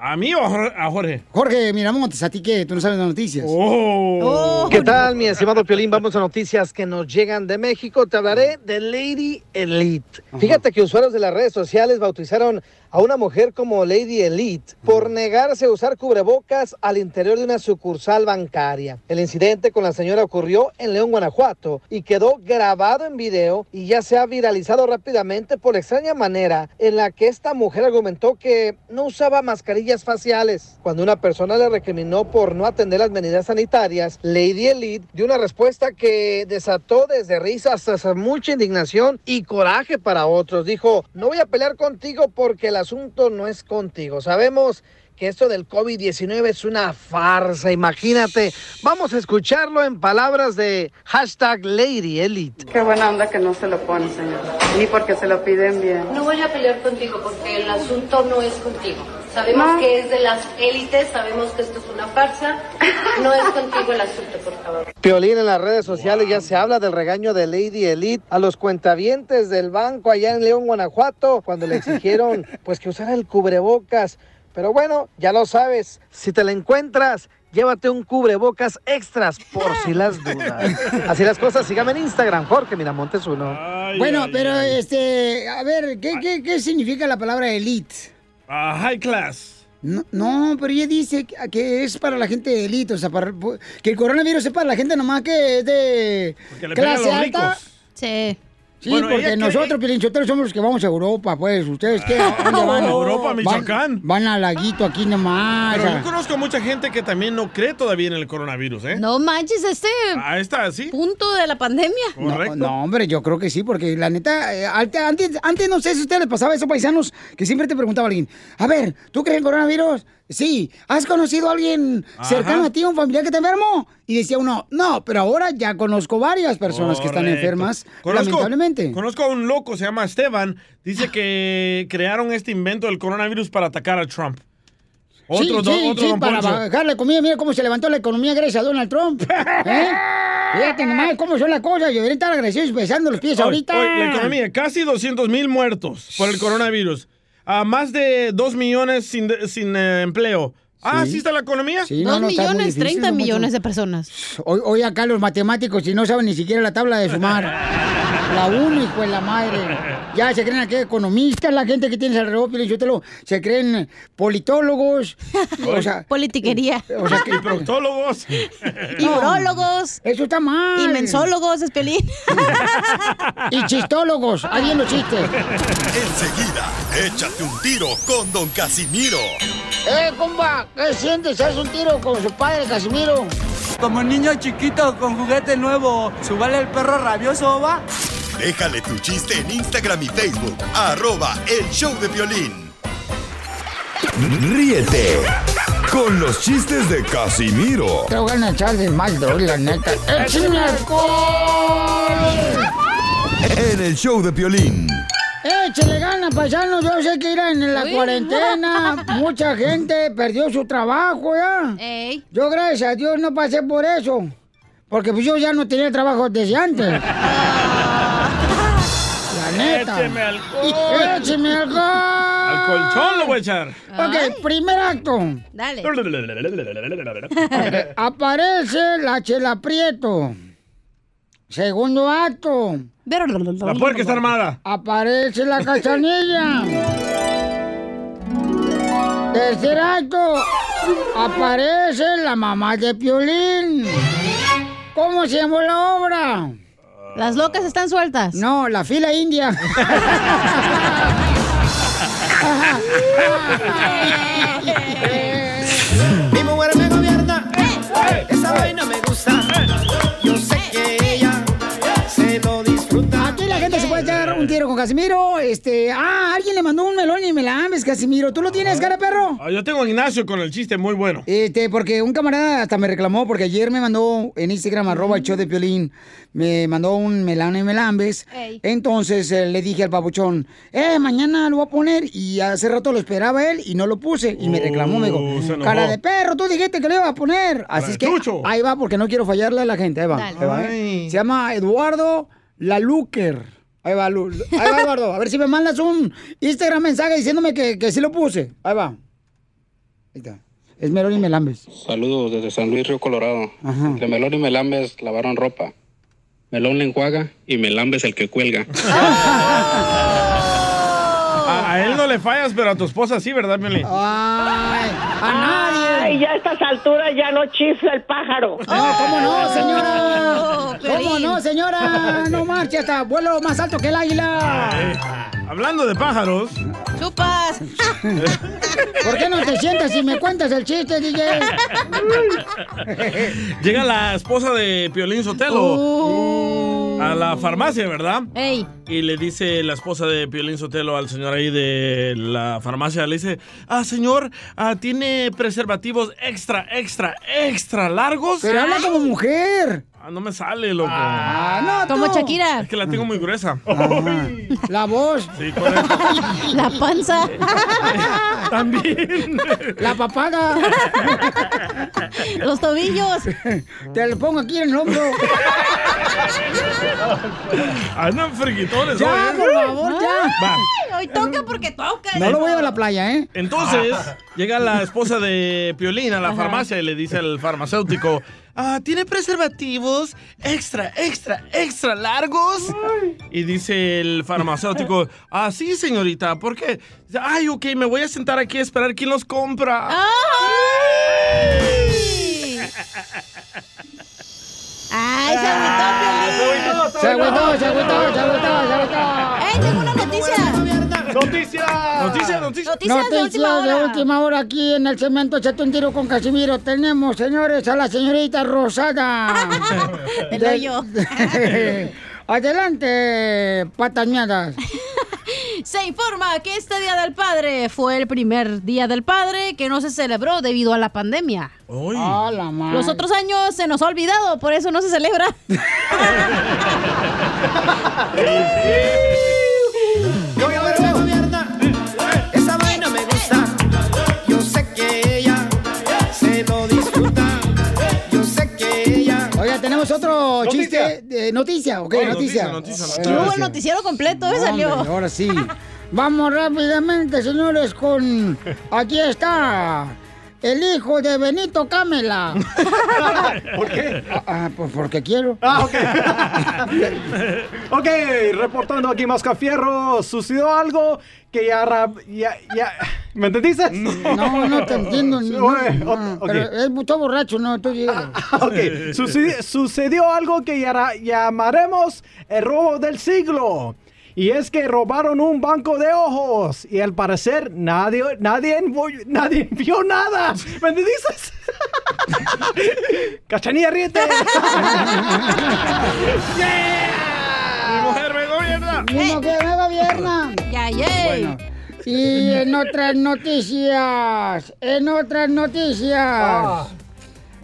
[SPEAKER 4] ¿A mí o a Jor- a Jorge?
[SPEAKER 2] Jorge Miramontes, a ti que tú no sabes las noticias.
[SPEAKER 6] ¿Qué tal, mi estimado Piolín? Vamos a noticias que nos llegan de México. Te hablaré de Lady Elite. Fíjate que usuarios de las redes sociales bautizaron a una mujer como Lady Elite por negarse a usar cubrebocas al interior de una sucursal bancaria. El incidente con la señora ocurrió en León, Guanajuato, y quedó grabado en video y ya se ha viralizado rápidamente por la extraña manera en la que esta mujer argumentó que no usaba mascarillas faciales. Cuando una persona le recriminó por no atender las medidas sanitarias, Lady Elite dio una respuesta que desató desde risas hasta mucha indignación y coraje para otros. Dijo, no voy a pelear contigo porque el asunto no es contigo. Sabemos que esto del COVID-19 es una farsa, imagínate. Vamos a escucharlo en palabras de hashtag Lady Elite.
[SPEAKER 18] Qué buena onda que no se lo pone, señor. Ni porque se lo piden bien.
[SPEAKER 19] No voy a pelear contigo porque el asunto no es contigo. Sabemos que es de las élites, sabemos que esto es una farsa. No es contigo el asunto, por favor.
[SPEAKER 6] Piolín en las redes sociales ya se habla del regaño de Lady Elite a los cuentavientes del banco allá en León, Guanajuato, cuando le exigieron pues que usara el cubrebocas. Pero bueno, ya lo sabes, si te la encuentras, llévate un cubrebocas extras por si las dudas. Así las cosas, sígame en Instagram, Jorge Miramontes uno.
[SPEAKER 2] Bueno, pero este, a ver, ¿qué, qué, qué significa la palabra elite?
[SPEAKER 4] high class.
[SPEAKER 2] No, no, pero ella dice que- que es para la gente de elite, o sea, para, que el coronavirus es para la gente nomás que es de
[SPEAKER 8] Porque le pegan a
[SPEAKER 2] clase
[SPEAKER 8] los
[SPEAKER 2] alta.
[SPEAKER 8] ricos.
[SPEAKER 2] Sí. Sí,
[SPEAKER 8] Bueno, ella
[SPEAKER 2] porque
[SPEAKER 8] cree-
[SPEAKER 2] nosotros, Pilinchoteros, somos los que vamos a Europa, pues. ¿Ustedes qué? ¿A dónde van?
[SPEAKER 4] Ah, Europa,
[SPEAKER 2] Van-
[SPEAKER 4] Michoacán.
[SPEAKER 2] Van, al laguito aquí nomás.
[SPEAKER 4] Pero
[SPEAKER 2] a-
[SPEAKER 4] yo conozco mucha gente que también no cree todavía en el coronavirus, ¿eh?
[SPEAKER 5] No manches, este
[SPEAKER 4] Ahí
[SPEAKER 8] Ah,
[SPEAKER 4] está, sí.
[SPEAKER 5] punto de la pandemia.
[SPEAKER 2] No, no, hombre, yo creo que sí, porque la neta, eh, alte- antes, antes no sé si a ustedes les pasaba eso, paisanos, que siempre te preguntaba alguien, a ver, ¿tú crees en coronavirus? Sí, ¿has conocido a alguien cercano
[SPEAKER 8] Ajá.
[SPEAKER 2] a ti, un familiar que te enfermó? Y decía uno, no, pero ahora ya conozco varias personas que están
[SPEAKER 4] Correcto.
[SPEAKER 2] enfermas,
[SPEAKER 4] Conozco-
[SPEAKER 2] lamentablemente.
[SPEAKER 4] Conozco a un loco, se llama Esteban. Dice que crearon este invento del coronavirus para atacar a Trump. Otro,
[SPEAKER 2] sí,
[SPEAKER 4] don-
[SPEAKER 2] sí,
[SPEAKER 4] otro
[SPEAKER 2] sí,
[SPEAKER 4] don
[SPEAKER 2] para
[SPEAKER 4] Poncho.
[SPEAKER 2] bajar la comida, mira cómo se levantó la economía gracias a Donald Trump. ¿Eh? Fíjate nomás cómo son las cosas, yo debería estar agradecido y besando los pies
[SPEAKER 4] Hoy-
[SPEAKER 2] ahorita.
[SPEAKER 4] hoy la economía, casi 200 mil muertos por el coronavirus. A más de 2 millones sin, sin, eh, empleo. Ah, ¿sí está la economía?
[SPEAKER 2] Sí, no, no, está muy difícil, don Poncho. Hoy, hoy acá los matemáticos, si no saben ni siquiera la tabla de sumar. La uno, hijo de la madre. Ya se creen aquí economistas, la gente que tienes alrededor, Piolín Sotelo, se creen politólogos. O sea, eh,
[SPEAKER 5] Politiquería.
[SPEAKER 2] o sea que-
[SPEAKER 5] y
[SPEAKER 4] proctólogos.
[SPEAKER 5] Y urólogos.
[SPEAKER 2] Eso está mal.
[SPEAKER 5] Y mensólogos, Espelín.
[SPEAKER 2] y chistólogos, alguien los chistes.
[SPEAKER 1] Enseguida, échate un tiro con Don Casimiro.
[SPEAKER 2] ¡Eh, compa! ¿Qué sientes? ¿Haz un tiro con su padre, Casimiro?
[SPEAKER 9] Como niño chiquito con juguete nuevo, subale el perro rabioso, va.
[SPEAKER 1] Déjale tu chiste en Instagram y Facebook, arroba el show de violín.
[SPEAKER 20] Ríete con los chistes de Casimiro
[SPEAKER 2] Tengo ganas de echarle más doble, la neta. ¡Eh, ¡Échame alcohol!
[SPEAKER 20] en el show de violín.
[SPEAKER 2] Échale gana, paisano. Yo sé que ir en la
[SPEAKER 8] Uy.
[SPEAKER 2] cuarentena. Mucha gente perdió su trabajo ya. Yo, gracias a Dios, no pasé por eso. Porque pues yo ya no tenía trabajo desde antes. La neta.
[SPEAKER 8] Écheme alcohol.
[SPEAKER 2] Écheme alcohol.
[SPEAKER 4] Al colchón lo voy a echar.
[SPEAKER 2] Ok, primer acto.
[SPEAKER 5] Dale.
[SPEAKER 2] Aparece la chela Prieto. Segundo acto.
[SPEAKER 4] La puerca está armada.
[SPEAKER 2] Aparece la cachanilla. Tercer acto. Aparece la mamá de Piolín. ¿Cómo se llamó la obra?
[SPEAKER 5] Las locas están sueltas.
[SPEAKER 2] No, la fila india.
[SPEAKER 8] Mi mujer me gobierna, esa vaina me gusta. Yo sé que ella se lo disfruta.
[SPEAKER 2] Aquí la gente se puede echar un tiro con Casimiro. Este, ah, alguien le mandó un melón y me la ames, Casimiro. ¿Tú lo tienes, cara de perro?
[SPEAKER 4] Ah, Yo tengo a Ignacio con el chiste muy bueno.
[SPEAKER 2] Este, porque un camarada hasta me reclamó, porque ayer me mandó en Instagram, arroba el show de Piolín, me mandó un melano y melambes.
[SPEAKER 8] Ey.
[SPEAKER 2] Entonces eh, le dije al papuchón, eh, mañana lo voy a poner. Y hace rato lo esperaba él y no lo puse. Y me reclamó, me
[SPEAKER 8] Oh, se
[SPEAKER 2] dijo,
[SPEAKER 8] enojó.
[SPEAKER 2] cara de perro, tú dijiste que lo iba a poner. Así es que ahí va, porque no quiero fallarle a la gente. Ahí va,
[SPEAKER 8] Dale.
[SPEAKER 2] ahí va, eh. Se llama Eduardo Laluker. Ahí va, Lu- ahí va, Eduardo. A ver si me mandas un Instagram mensaje diciéndome que, que sí lo puse. Ahí va. está. Es Melón y Melambes.
[SPEAKER 21] Saludos desde San Luis Río Colorado.
[SPEAKER 2] Ajá.
[SPEAKER 21] De Melón y Melambes lavaron ropa. Melón le enjuaga y Melambes el que cuelga.
[SPEAKER 2] Ah.
[SPEAKER 4] A, a él no le fallas, pero a tu esposa sí, ¿verdad, Piolín?
[SPEAKER 2] Ah. a nadie.
[SPEAKER 17] Ay, ya a estas alturas ya no chifla el pájaro.
[SPEAKER 2] No, ¿cómo no, señora? ¿Cómo no, señora? No marche hasta vuelo más alto que el águila.
[SPEAKER 4] Eh, Hablando de pájaros.
[SPEAKER 2] ¡Chupas! ¿Por qué no te sientas y me cuentas el chiste, DJ?
[SPEAKER 4] Llega la esposa de Piolín Sotelo
[SPEAKER 2] Uh.
[SPEAKER 4] a la farmacia, ¿verdad?
[SPEAKER 5] Ey.
[SPEAKER 4] Y le dice la esposa de Piolín Sotelo al señor ahí de la farmacia, le dice, ah, señor, ah, tiene preservativos extra, extra, extra largos.
[SPEAKER 2] Pero habla como mujer.
[SPEAKER 4] Ah, no me sale, loco.
[SPEAKER 2] Ah, no, Como tú. Shakira.
[SPEAKER 4] Es que la tengo muy gruesa.
[SPEAKER 2] La voz.
[SPEAKER 4] Sí, correcto.
[SPEAKER 5] La panza.
[SPEAKER 4] También.
[SPEAKER 2] La papaga.
[SPEAKER 5] Los tobillos.
[SPEAKER 2] Te lo pongo aquí en el hombro.
[SPEAKER 4] Andan friquitones
[SPEAKER 2] Ya,
[SPEAKER 4] hoy, ¿eh?
[SPEAKER 2] por favor, ya.
[SPEAKER 4] Va.
[SPEAKER 5] Hoy toca porque toca.
[SPEAKER 2] No lo voy a la playa, ¿eh?
[SPEAKER 4] Entonces,
[SPEAKER 22] Ah.
[SPEAKER 4] llega la esposa de Piolín a la farmacia y le dice al farmacéutico, Ah, ¿tiene preservativos extra, extra, extra largos? Y dice el farmacéutico, ah, sí, señorita, ¿por qué? Dice, Ay, ok, me voy a sentar aquí a esperar quién los compra.
[SPEAKER 8] Ah.
[SPEAKER 5] ¡Ay, se agüitó, Piolín!
[SPEAKER 2] Se agüitó, se agüitó, se agüitó, se agüitó.
[SPEAKER 5] ¡Ey, tengo una noticia!
[SPEAKER 4] ¡Noticia! ¡Noticia, noticia!
[SPEAKER 5] ¡Noticias de última
[SPEAKER 2] de
[SPEAKER 5] hora!
[SPEAKER 2] última hora aquí en el cemento Echate un tiro con Casimiro. Tenemos, señores, a la señorita Rosada.
[SPEAKER 5] Del hoyo.
[SPEAKER 2] Adelante, patañadas.
[SPEAKER 5] Se informa que este Día del Padre fue el primer Día del Padre que no se celebró debido a la pandemia.
[SPEAKER 2] A la madre.
[SPEAKER 5] Los otros años se nos ha olvidado, por eso no se celebra.
[SPEAKER 8] Yo voy a ver la gobierna. Esa vaina me gusta. Yo sé que ella se lo disfruta. Yo sé que ella.
[SPEAKER 2] Oiga, tenemos otro
[SPEAKER 8] Noticia.
[SPEAKER 2] chiste de noticia, ¿ok?
[SPEAKER 8] Oh,
[SPEAKER 2] noticia.
[SPEAKER 8] noticia,
[SPEAKER 5] Sí, Hubo el noticiero completo, ¿eh?
[SPEAKER 2] Hombre,
[SPEAKER 5] Salió.
[SPEAKER 2] ahora sí. Vamos rápidamente, señores, con... Aquí está. El hijo de Benito Camela.
[SPEAKER 8] ¿Por qué?
[SPEAKER 2] Ah, ah, pues porque quiero.
[SPEAKER 11] Ah, ok, reportando aquí Mascafierro, sucedió algo que ya, ra- ya, ya- ¿Me entendiste?
[SPEAKER 2] No, no te entiendo.
[SPEAKER 11] Sí,
[SPEAKER 2] no,
[SPEAKER 11] oye,
[SPEAKER 2] no,
[SPEAKER 11] o- ok.
[SPEAKER 2] pero es mucho borracho, no, tú dígale.
[SPEAKER 11] Ok, sucedi- sucedió algo que ya ra- llamaremos el robo del siglo. Y es que robaron un banco de ojos y al parecer nadie, nadie, vo- nadie vio nada. ¿Me entendiste? Cachanilla, ríete.
[SPEAKER 4] ¡Mi mujer me gobierna!
[SPEAKER 2] Uno que me gobierna.
[SPEAKER 5] Ya, ya.
[SPEAKER 2] Bueno. Y en otras noticias, en otras noticias,
[SPEAKER 4] Ah.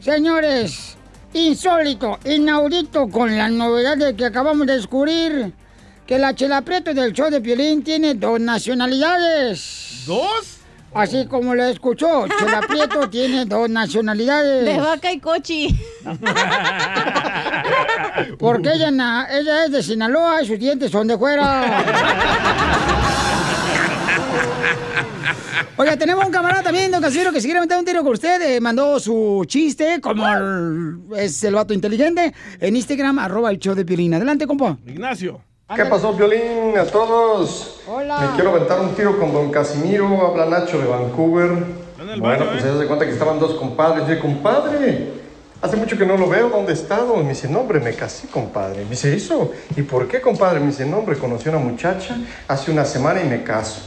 [SPEAKER 2] señores, insólito, inaudito con la novedad de que acabamos de descubrir que la Chela Prieto del show de Piolín tiene dos nacionalidades.
[SPEAKER 4] ¿Dos?
[SPEAKER 2] Así como lo escuchó, Chela Prieto tiene dos nacionalidades.
[SPEAKER 5] De vaca y cochi.
[SPEAKER 2] Porque ella, na- ella es de Sinaloa y sus dientes son de fuera. Oiga, tenemos un camarada también, don Casimiro, que si quiere meter un tiro con usted, eh, mandó su chiste, como el- es el vato inteligente, en Instagram, arroba el show de Piolín. Adelante, compa.
[SPEAKER 4] Ignacio.
[SPEAKER 23] ¿Qué pasó, Violín? A todos. Me quiero aventar un tiro con Don Casimiro, habla Nacho de Vancouver. Bueno, pues se hace cuenta que estaban dos compadres. Yo, compadre, hace mucho que no lo veo, ¿dónde he estado? Me dice, no, hombre, me casé, compadre. Me dice, ¿eso? ¿Y por qué, compadre? Me dice, no, hombre, conocí a una muchacha hace una semana y me caso.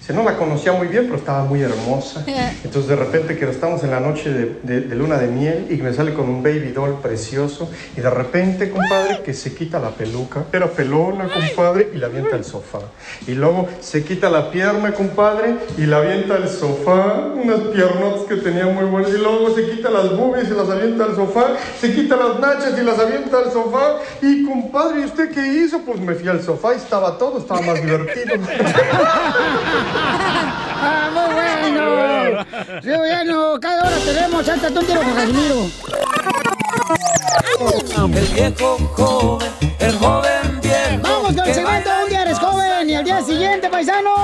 [SPEAKER 23] Dice, no la conocía muy bien, pero estaba muy hermosa. Entonces de repente que estamos en la noche de, de- de luna de miel y me sale con un baby doll precioso y de repente, compadre, que se quita la peluca. Era pelona, compadre, y la avienta al sofá. Y luego se quita la pierna, compadre, y la avienta al sofá. Unas piernotas que tenía muy buenas. Y luego se quita las boobies y las avienta al sofá. Se quita las nachas y las avienta al sofá. Y compadre, ¿y usted qué hizo? Pues me fui al sofá y estaba todo, estaba más divertido.
[SPEAKER 2] ¡Ah, muy bueno! Sí, bueno, cada hora tenemos, hasta un tiro con Casimiro.
[SPEAKER 8] El viejo joven, el joven viejo.
[SPEAKER 2] Vamos
[SPEAKER 4] ¡Uh!
[SPEAKER 2] con el segmento, un día eres joven y al día siguiente, paisanos.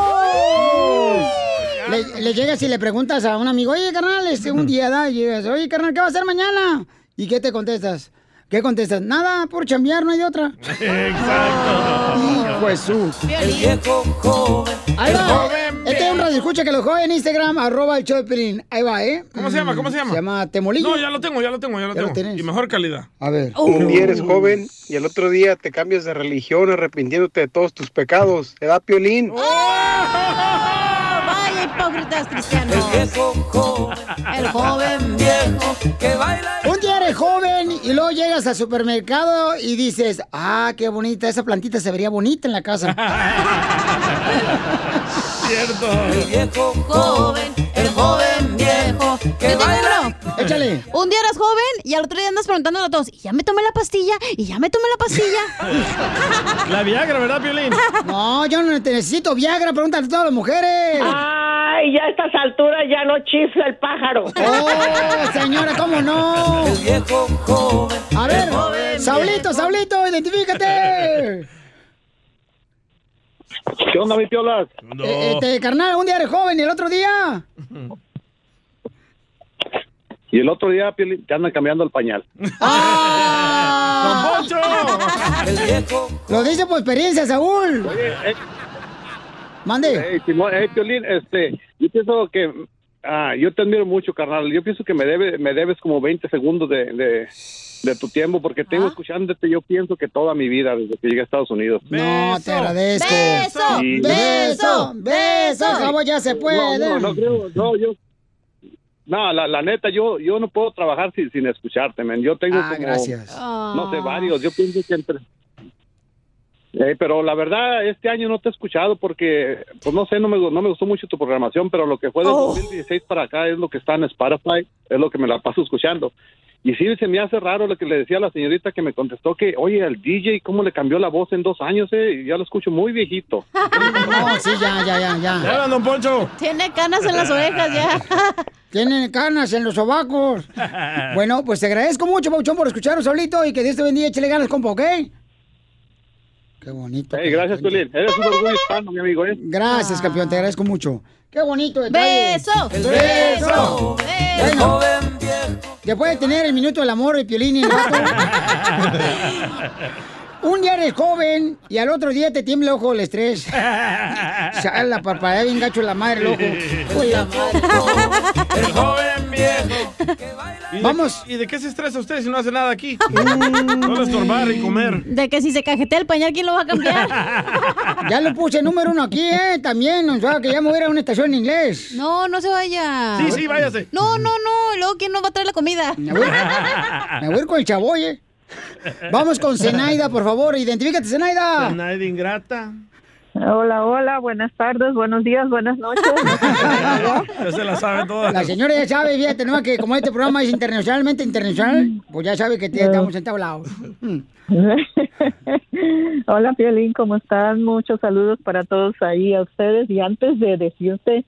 [SPEAKER 2] Le, le llegas y le preguntas a un amigo, oye, carnal, este un día da, y llegas, oye, carnal, ¿qué va a hacer mañana? ¿Y qué te contestas? ¿Qué contestas? Nada, por chambear, no hay de otra.
[SPEAKER 8] Exacto.
[SPEAKER 2] Pues su.
[SPEAKER 8] El viejo joven.
[SPEAKER 2] Ahí
[SPEAKER 8] el
[SPEAKER 2] va.
[SPEAKER 8] joven
[SPEAKER 2] Este es un radio escucha que lo jode en Instagram, arroba el show de Piolín. Ahí va, ¿eh?
[SPEAKER 4] ¿Cómo se llama? ¿Cómo se llama?
[SPEAKER 2] Se llama Temolillo.
[SPEAKER 4] No, ya lo tengo, ya lo tengo, ya lo
[SPEAKER 2] Ya lo
[SPEAKER 4] tengo.
[SPEAKER 2] tienes.
[SPEAKER 4] y mejor calidad.
[SPEAKER 2] A ver.
[SPEAKER 23] Uh.
[SPEAKER 22] Un día eres joven y el otro día te cambias de religión arrepintiéndote de todos tus pecados. Te da piolín.
[SPEAKER 5] ¡Vaya hipócritas cristianos! El joven viejo que baila.
[SPEAKER 2] Un día eres joven y luego llegas al supermercado y dices, ah, qué bonita, esa plantita se vería bonita en la casa.
[SPEAKER 8] Cierto. El viejo joven. El joven viejo que baila.
[SPEAKER 2] Échale.
[SPEAKER 5] Un día eres joven y al otro día andas preguntándole a todos, y ya me tomé la pastilla, y ya me tomé la pastilla.
[SPEAKER 4] La Viagra, ¿verdad, Piolín?
[SPEAKER 2] No, yo no te necesito Viagra, pregúntale a todas las mujeres.
[SPEAKER 17] Ay, ya a estas alturas ya no chifla el pájaro.
[SPEAKER 2] Oh, señora, ¿cómo no? El
[SPEAKER 8] viejo joven.
[SPEAKER 2] A
[SPEAKER 8] el
[SPEAKER 2] ver,
[SPEAKER 8] joven
[SPEAKER 2] Saulito, Saulito, identifícate.
[SPEAKER 3] ¿Qué onda, mi piolas?
[SPEAKER 2] Eh, Este, carnal, un día eres joven y el otro día.
[SPEAKER 3] Y el otro día, Piolín, te andan cambiando el pañal.
[SPEAKER 2] ¡Ah! Lo dice por experiencia, Saúl.
[SPEAKER 3] eh,
[SPEAKER 2] Mande.
[SPEAKER 3] Hey, Simón, hey, Piolín, este, yo pienso que... Ah, yo te admiro mucho, carnal. Yo pienso que me, debe, me debes como 20 segundos de, de, de tu tiempo, porque
[SPEAKER 2] Ah.
[SPEAKER 3] tengo escuchándote, yo pienso que toda mi vida, desde que llegué a Estados Unidos.
[SPEAKER 2] No, te agradezco. Beso,
[SPEAKER 3] Sí.
[SPEAKER 2] beso, beso. Cabo, ya se puede.
[SPEAKER 3] No, no, no creo, no, yo... No, la, la neta, yo, yo no puedo trabajar sin, sin escucharte, man. Yo tengo
[SPEAKER 2] Ah,
[SPEAKER 3] como...
[SPEAKER 2] gracias.
[SPEAKER 3] No sé, varios. Yo pienso que entre... Eh, pero la verdad, este año no te he escuchado porque, pues no sé, no me, gu- no me gustó mucho tu programación, pero lo que fue del
[SPEAKER 7] Oh.
[SPEAKER 3] 2016 para acá es lo que está en Spotify, es lo que me la paso escuchando. Y sí, se me hace raro lo que le decía a la señorita que me contestó que, oye, al DJ, ¿cómo le cambió la voz en dos años? Eh? Y ya lo escucho muy viejito.
[SPEAKER 2] No, sí, ya, ya, ya, ya.
[SPEAKER 3] Ya,
[SPEAKER 2] don Poncho.
[SPEAKER 5] Tiene canas en las orejas ya.
[SPEAKER 2] Tienen canas en los sobacos. Bueno, pues te agradezco mucho, Pauchón, por escucharnos, Saulito, y que Dios te bendiga. Échale ganas, compa, ¿ok? Qué bonito.
[SPEAKER 3] Hey, gracias, Tulín. Eres un orgullo hispano, mi amigo. ¿eh?
[SPEAKER 2] Gracias, campeón, te agradezco mucho. Qué bonito detalle.
[SPEAKER 5] Beso.
[SPEAKER 2] El beso. Bueno, después de tener el minuto del amor de Piolín y el gato, un día eres joven y al otro día te tiembla el ojo el estrés. Ya la parpadea bien gacho la madre, loco. Uy, la madre.
[SPEAKER 4] El joven viejo. ¿Y de-
[SPEAKER 2] Vamos.
[SPEAKER 4] ¿Y de qué se estresa usted si no hace nada aquí? Solo estorbar y comer.
[SPEAKER 5] De que si se cajetea el pañal, ¿quién lo va a cambiar?
[SPEAKER 2] Ya lo puse número uno aquí, ¿eh? También, o sea, que ya me voy a ir a una estación en inglés.
[SPEAKER 5] No, no se vaya.
[SPEAKER 2] Sí, sí, váyase.
[SPEAKER 5] No, no, no. Luego, ¿quién nos va a traer la comida?
[SPEAKER 2] Me voy, me voy a ir con el chaboy, ¿eh? Vamos con Zenaida, por favor. Identifícate, Zenaida.
[SPEAKER 4] Zenaida Pues ingrata.
[SPEAKER 24] Hola, hola, buenas tardes, buenos días, buenas noches.
[SPEAKER 4] Ya se la sabe toda.
[SPEAKER 2] La señora ya sabe, fíjate, ¿no? Que como este programa es internacionalmente internacional, pues ya sabe que te, estamos entablados.
[SPEAKER 24] hola, Piolín, ¿cómo están? Muchos saludos para todos ahí a ustedes. Y antes de decirte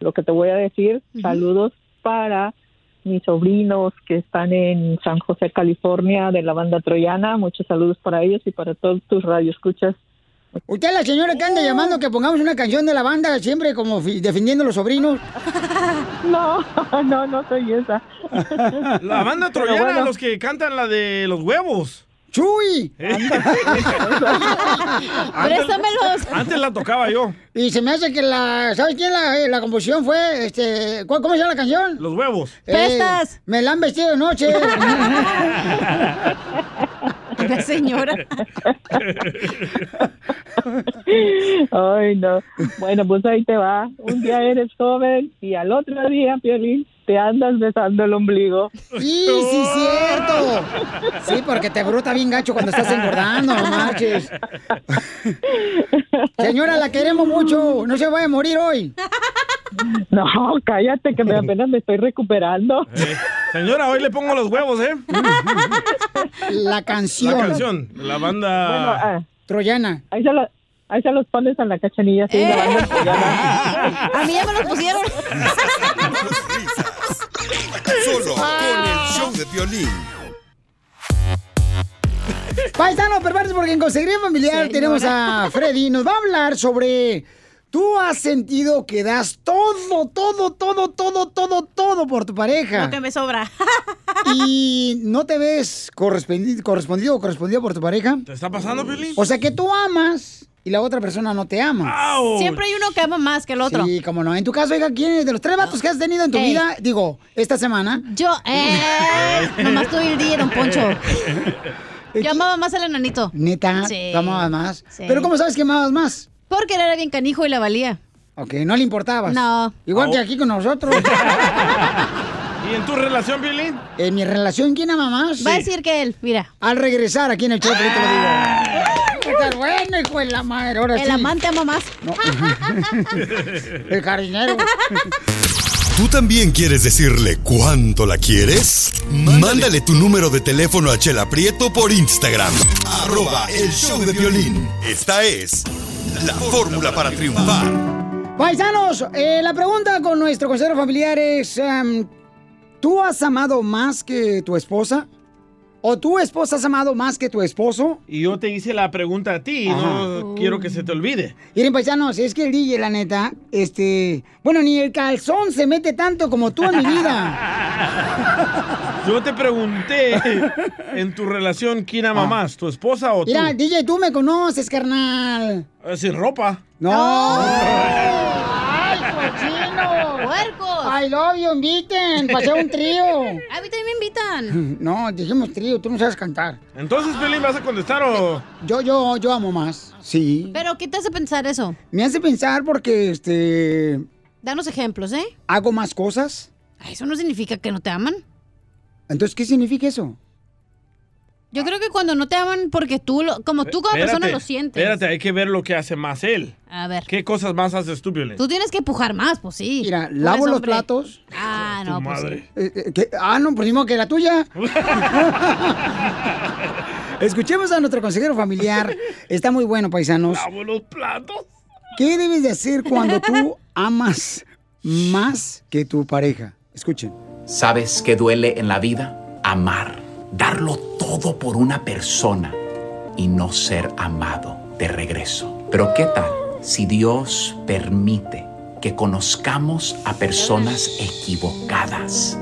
[SPEAKER 24] lo que te voy a decir, saludos para mis sobrinos que están en San José, California, de la banda troyana. Muchos saludos para ellos y para todos tus radioescuchas.
[SPEAKER 2] Usted es la señora que anda llamando que pongamos una canción de la banda siempre como fi- defendiendo a los sobrinos.
[SPEAKER 24] No, no, no soy esa.
[SPEAKER 4] La banda
[SPEAKER 24] Pero
[SPEAKER 4] troyana,
[SPEAKER 24] bueno.
[SPEAKER 4] los que cantan la de los huevos.
[SPEAKER 2] ¡Chuy!
[SPEAKER 4] Préstamelos. Antes la tocaba yo.
[SPEAKER 2] Y se me hace que la... ¿Sabes quién la, eh, la composición fue? Este, ¿cu- ¿Cómo se llama la canción?
[SPEAKER 4] Los huevos.
[SPEAKER 2] Eh, me la han vestido de noche.
[SPEAKER 5] La señora.
[SPEAKER 24] Ay, no. Bueno, pues ahí te va. Un día eres joven y al otro día, Piolín, te andas besando el ombligo.
[SPEAKER 2] ¡Sí, sí,
[SPEAKER 4] Oh.
[SPEAKER 2] cierto! Sí, porque te bruta bien gacho cuando estás engordando, no marches. Señora, la queremos mucho. No se vaya a morir hoy.
[SPEAKER 24] No, cállate, que me apenas me estoy recuperando.
[SPEAKER 4] Eh, señora, hoy le pongo los huevos, ¿eh?
[SPEAKER 2] La canción.
[SPEAKER 4] La canción. de La banda.
[SPEAKER 24] Bueno, ah,
[SPEAKER 2] Troyana. Eh.
[SPEAKER 24] Ahí se, lo- ahí se los pones a la cachanilla. sí, la banda troyana.
[SPEAKER 5] A mí ya me los pusieron.
[SPEAKER 1] Solo con el show de violín.
[SPEAKER 2] Paisano, prepárense porque en Consejería Familiar tenemos a Freddy. Nos va a hablar sobre ¿Tú has sentido que das todo, todo, todo, todo, todo, todo por tu pareja?
[SPEAKER 5] Lo que me sobra.
[SPEAKER 2] ¿Y no te ves correspondi- correspondido o correspondido por tu pareja?
[SPEAKER 4] ¿Te está pasando, Piolín?
[SPEAKER 2] O sea que tú amas y la otra persona no te ama.
[SPEAKER 5] Siempre hay uno que ama más que el otro.
[SPEAKER 2] Sí, como no. En tu caso, oiga, ¿quién es de los tres vatos que has tenido en tu
[SPEAKER 5] Ey.
[SPEAKER 2] vida? Digo, esta semana.
[SPEAKER 5] Yo, eh, nomás tú el día, don Poncho. Yo amaba más al enanito.
[SPEAKER 2] Neta,
[SPEAKER 5] Sí.
[SPEAKER 2] tú amabas más.
[SPEAKER 5] Sí.
[SPEAKER 2] Pero ¿cómo sabes que amabas más?
[SPEAKER 5] Porque él era bien canijo y la valía.
[SPEAKER 2] Ok, no le importabas.
[SPEAKER 5] No.
[SPEAKER 2] Igual que aquí con nosotros.
[SPEAKER 4] Ah, oh. ¿Y en tu relación, Piolín?
[SPEAKER 2] en mi relación, ¿quién ama más?
[SPEAKER 5] Va a decir que él, mira.
[SPEAKER 2] Al regresar aquí en el show, te lo digo. Pues Está bueno, hijo de la madre, ahora
[SPEAKER 5] El
[SPEAKER 2] sí.
[SPEAKER 5] amante ama más.
[SPEAKER 2] El jardinero.
[SPEAKER 1] ¿Tú también quieres decirle cuánto la quieres? Mándale tu número de teléfono a Chela Prieto por Instagram. Arroba el show de violín. Esta es la fórmula para triunfar.
[SPEAKER 2] Paisanos, eh, la pregunta con nuestro consejero familiar es: em, ¿tú has amado más que tu esposa? ¿O tu esposa has amado más que tu esposo?
[SPEAKER 4] Y yo te hice la pregunta a ti, no quiero que se te olvide.
[SPEAKER 2] Miren, paisanos, es que el DJ, la neta, este. Bueno, ni el calzón se mete tanto como tú en mi vida.
[SPEAKER 4] Yo te pregunté en tu relación quién ama más, tu esposa o tú.
[SPEAKER 2] Ah. Mira, DJ, tú me conoces, carnal.
[SPEAKER 4] Eh, Sin ropa.
[SPEAKER 5] Oh.
[SPEAKER 2] ¡No! ¡Ay, cochino!
[SPEAKER 5] ¡Puercos!
[SPEAKER 2] ¡I love you! ¡Inviten! ¡Pasé un trío!
[SPEAKER 5] A mí también me invitan.
[SPEAKER 2] No, dijimos trío, tú no sabes cantar.
[SPEAKER 4] Entonces, Pelín, ¿vas a contestar o...?
[SPEAKER 2] Yo, yo, yo amo más. Sí.
[SPEAKER 5] Pero, ¿qué te hace pensar eso?
[SPEAKER 2] Me hace pensar porque, este.
[SPEAKER 5] Danos ejemplos, ¿eh?
[SPEAKER 2] Hago más cosas.
[SPEAKER 5] Ay, Eso no significa que no te aman.
[SPEAKER 2] Entonces, ¿qué significa eso?
[SPEAKER 5] Yo creo que cuando no te aman porque tú, lo- como tú como
[SPEAKER 4] Espérate,
[SPEAKER 5] persona lo sientes.
[SPEAKER 4] Espérate, hay que ver lo que hace más él.
[SPEAKER 5] A ver.
[SPEAKER 4] ¿Qué cosas más haces tú, Piolín?
[SPEAKER 5] Tú tienes que empujar más, pues sí. Mira,
[SPEAKER 2] lavo los platos.
[SPEAKER 5] Ah, no, pues sí.
[SPEAKER 2] Eh, eh, ¿qué? Ah, no, pues mismo que la tuya. Escuchemos a nuestro consejero familiar. Está muy bueno, paisanos.
[SPEAKER 4] Lavo los platos.
[SPEAKER 2] ¿Qué debes de hacer cuando tú amas más que tu pareja? Escuchen.
[SPEAKER 7] ¿Sabes qué duele en la vida? Amar. Darlo todo por una persona y no ser amado de regreso. Pero ¿qué tal si Dios permite que conozcamos a personas equivocadas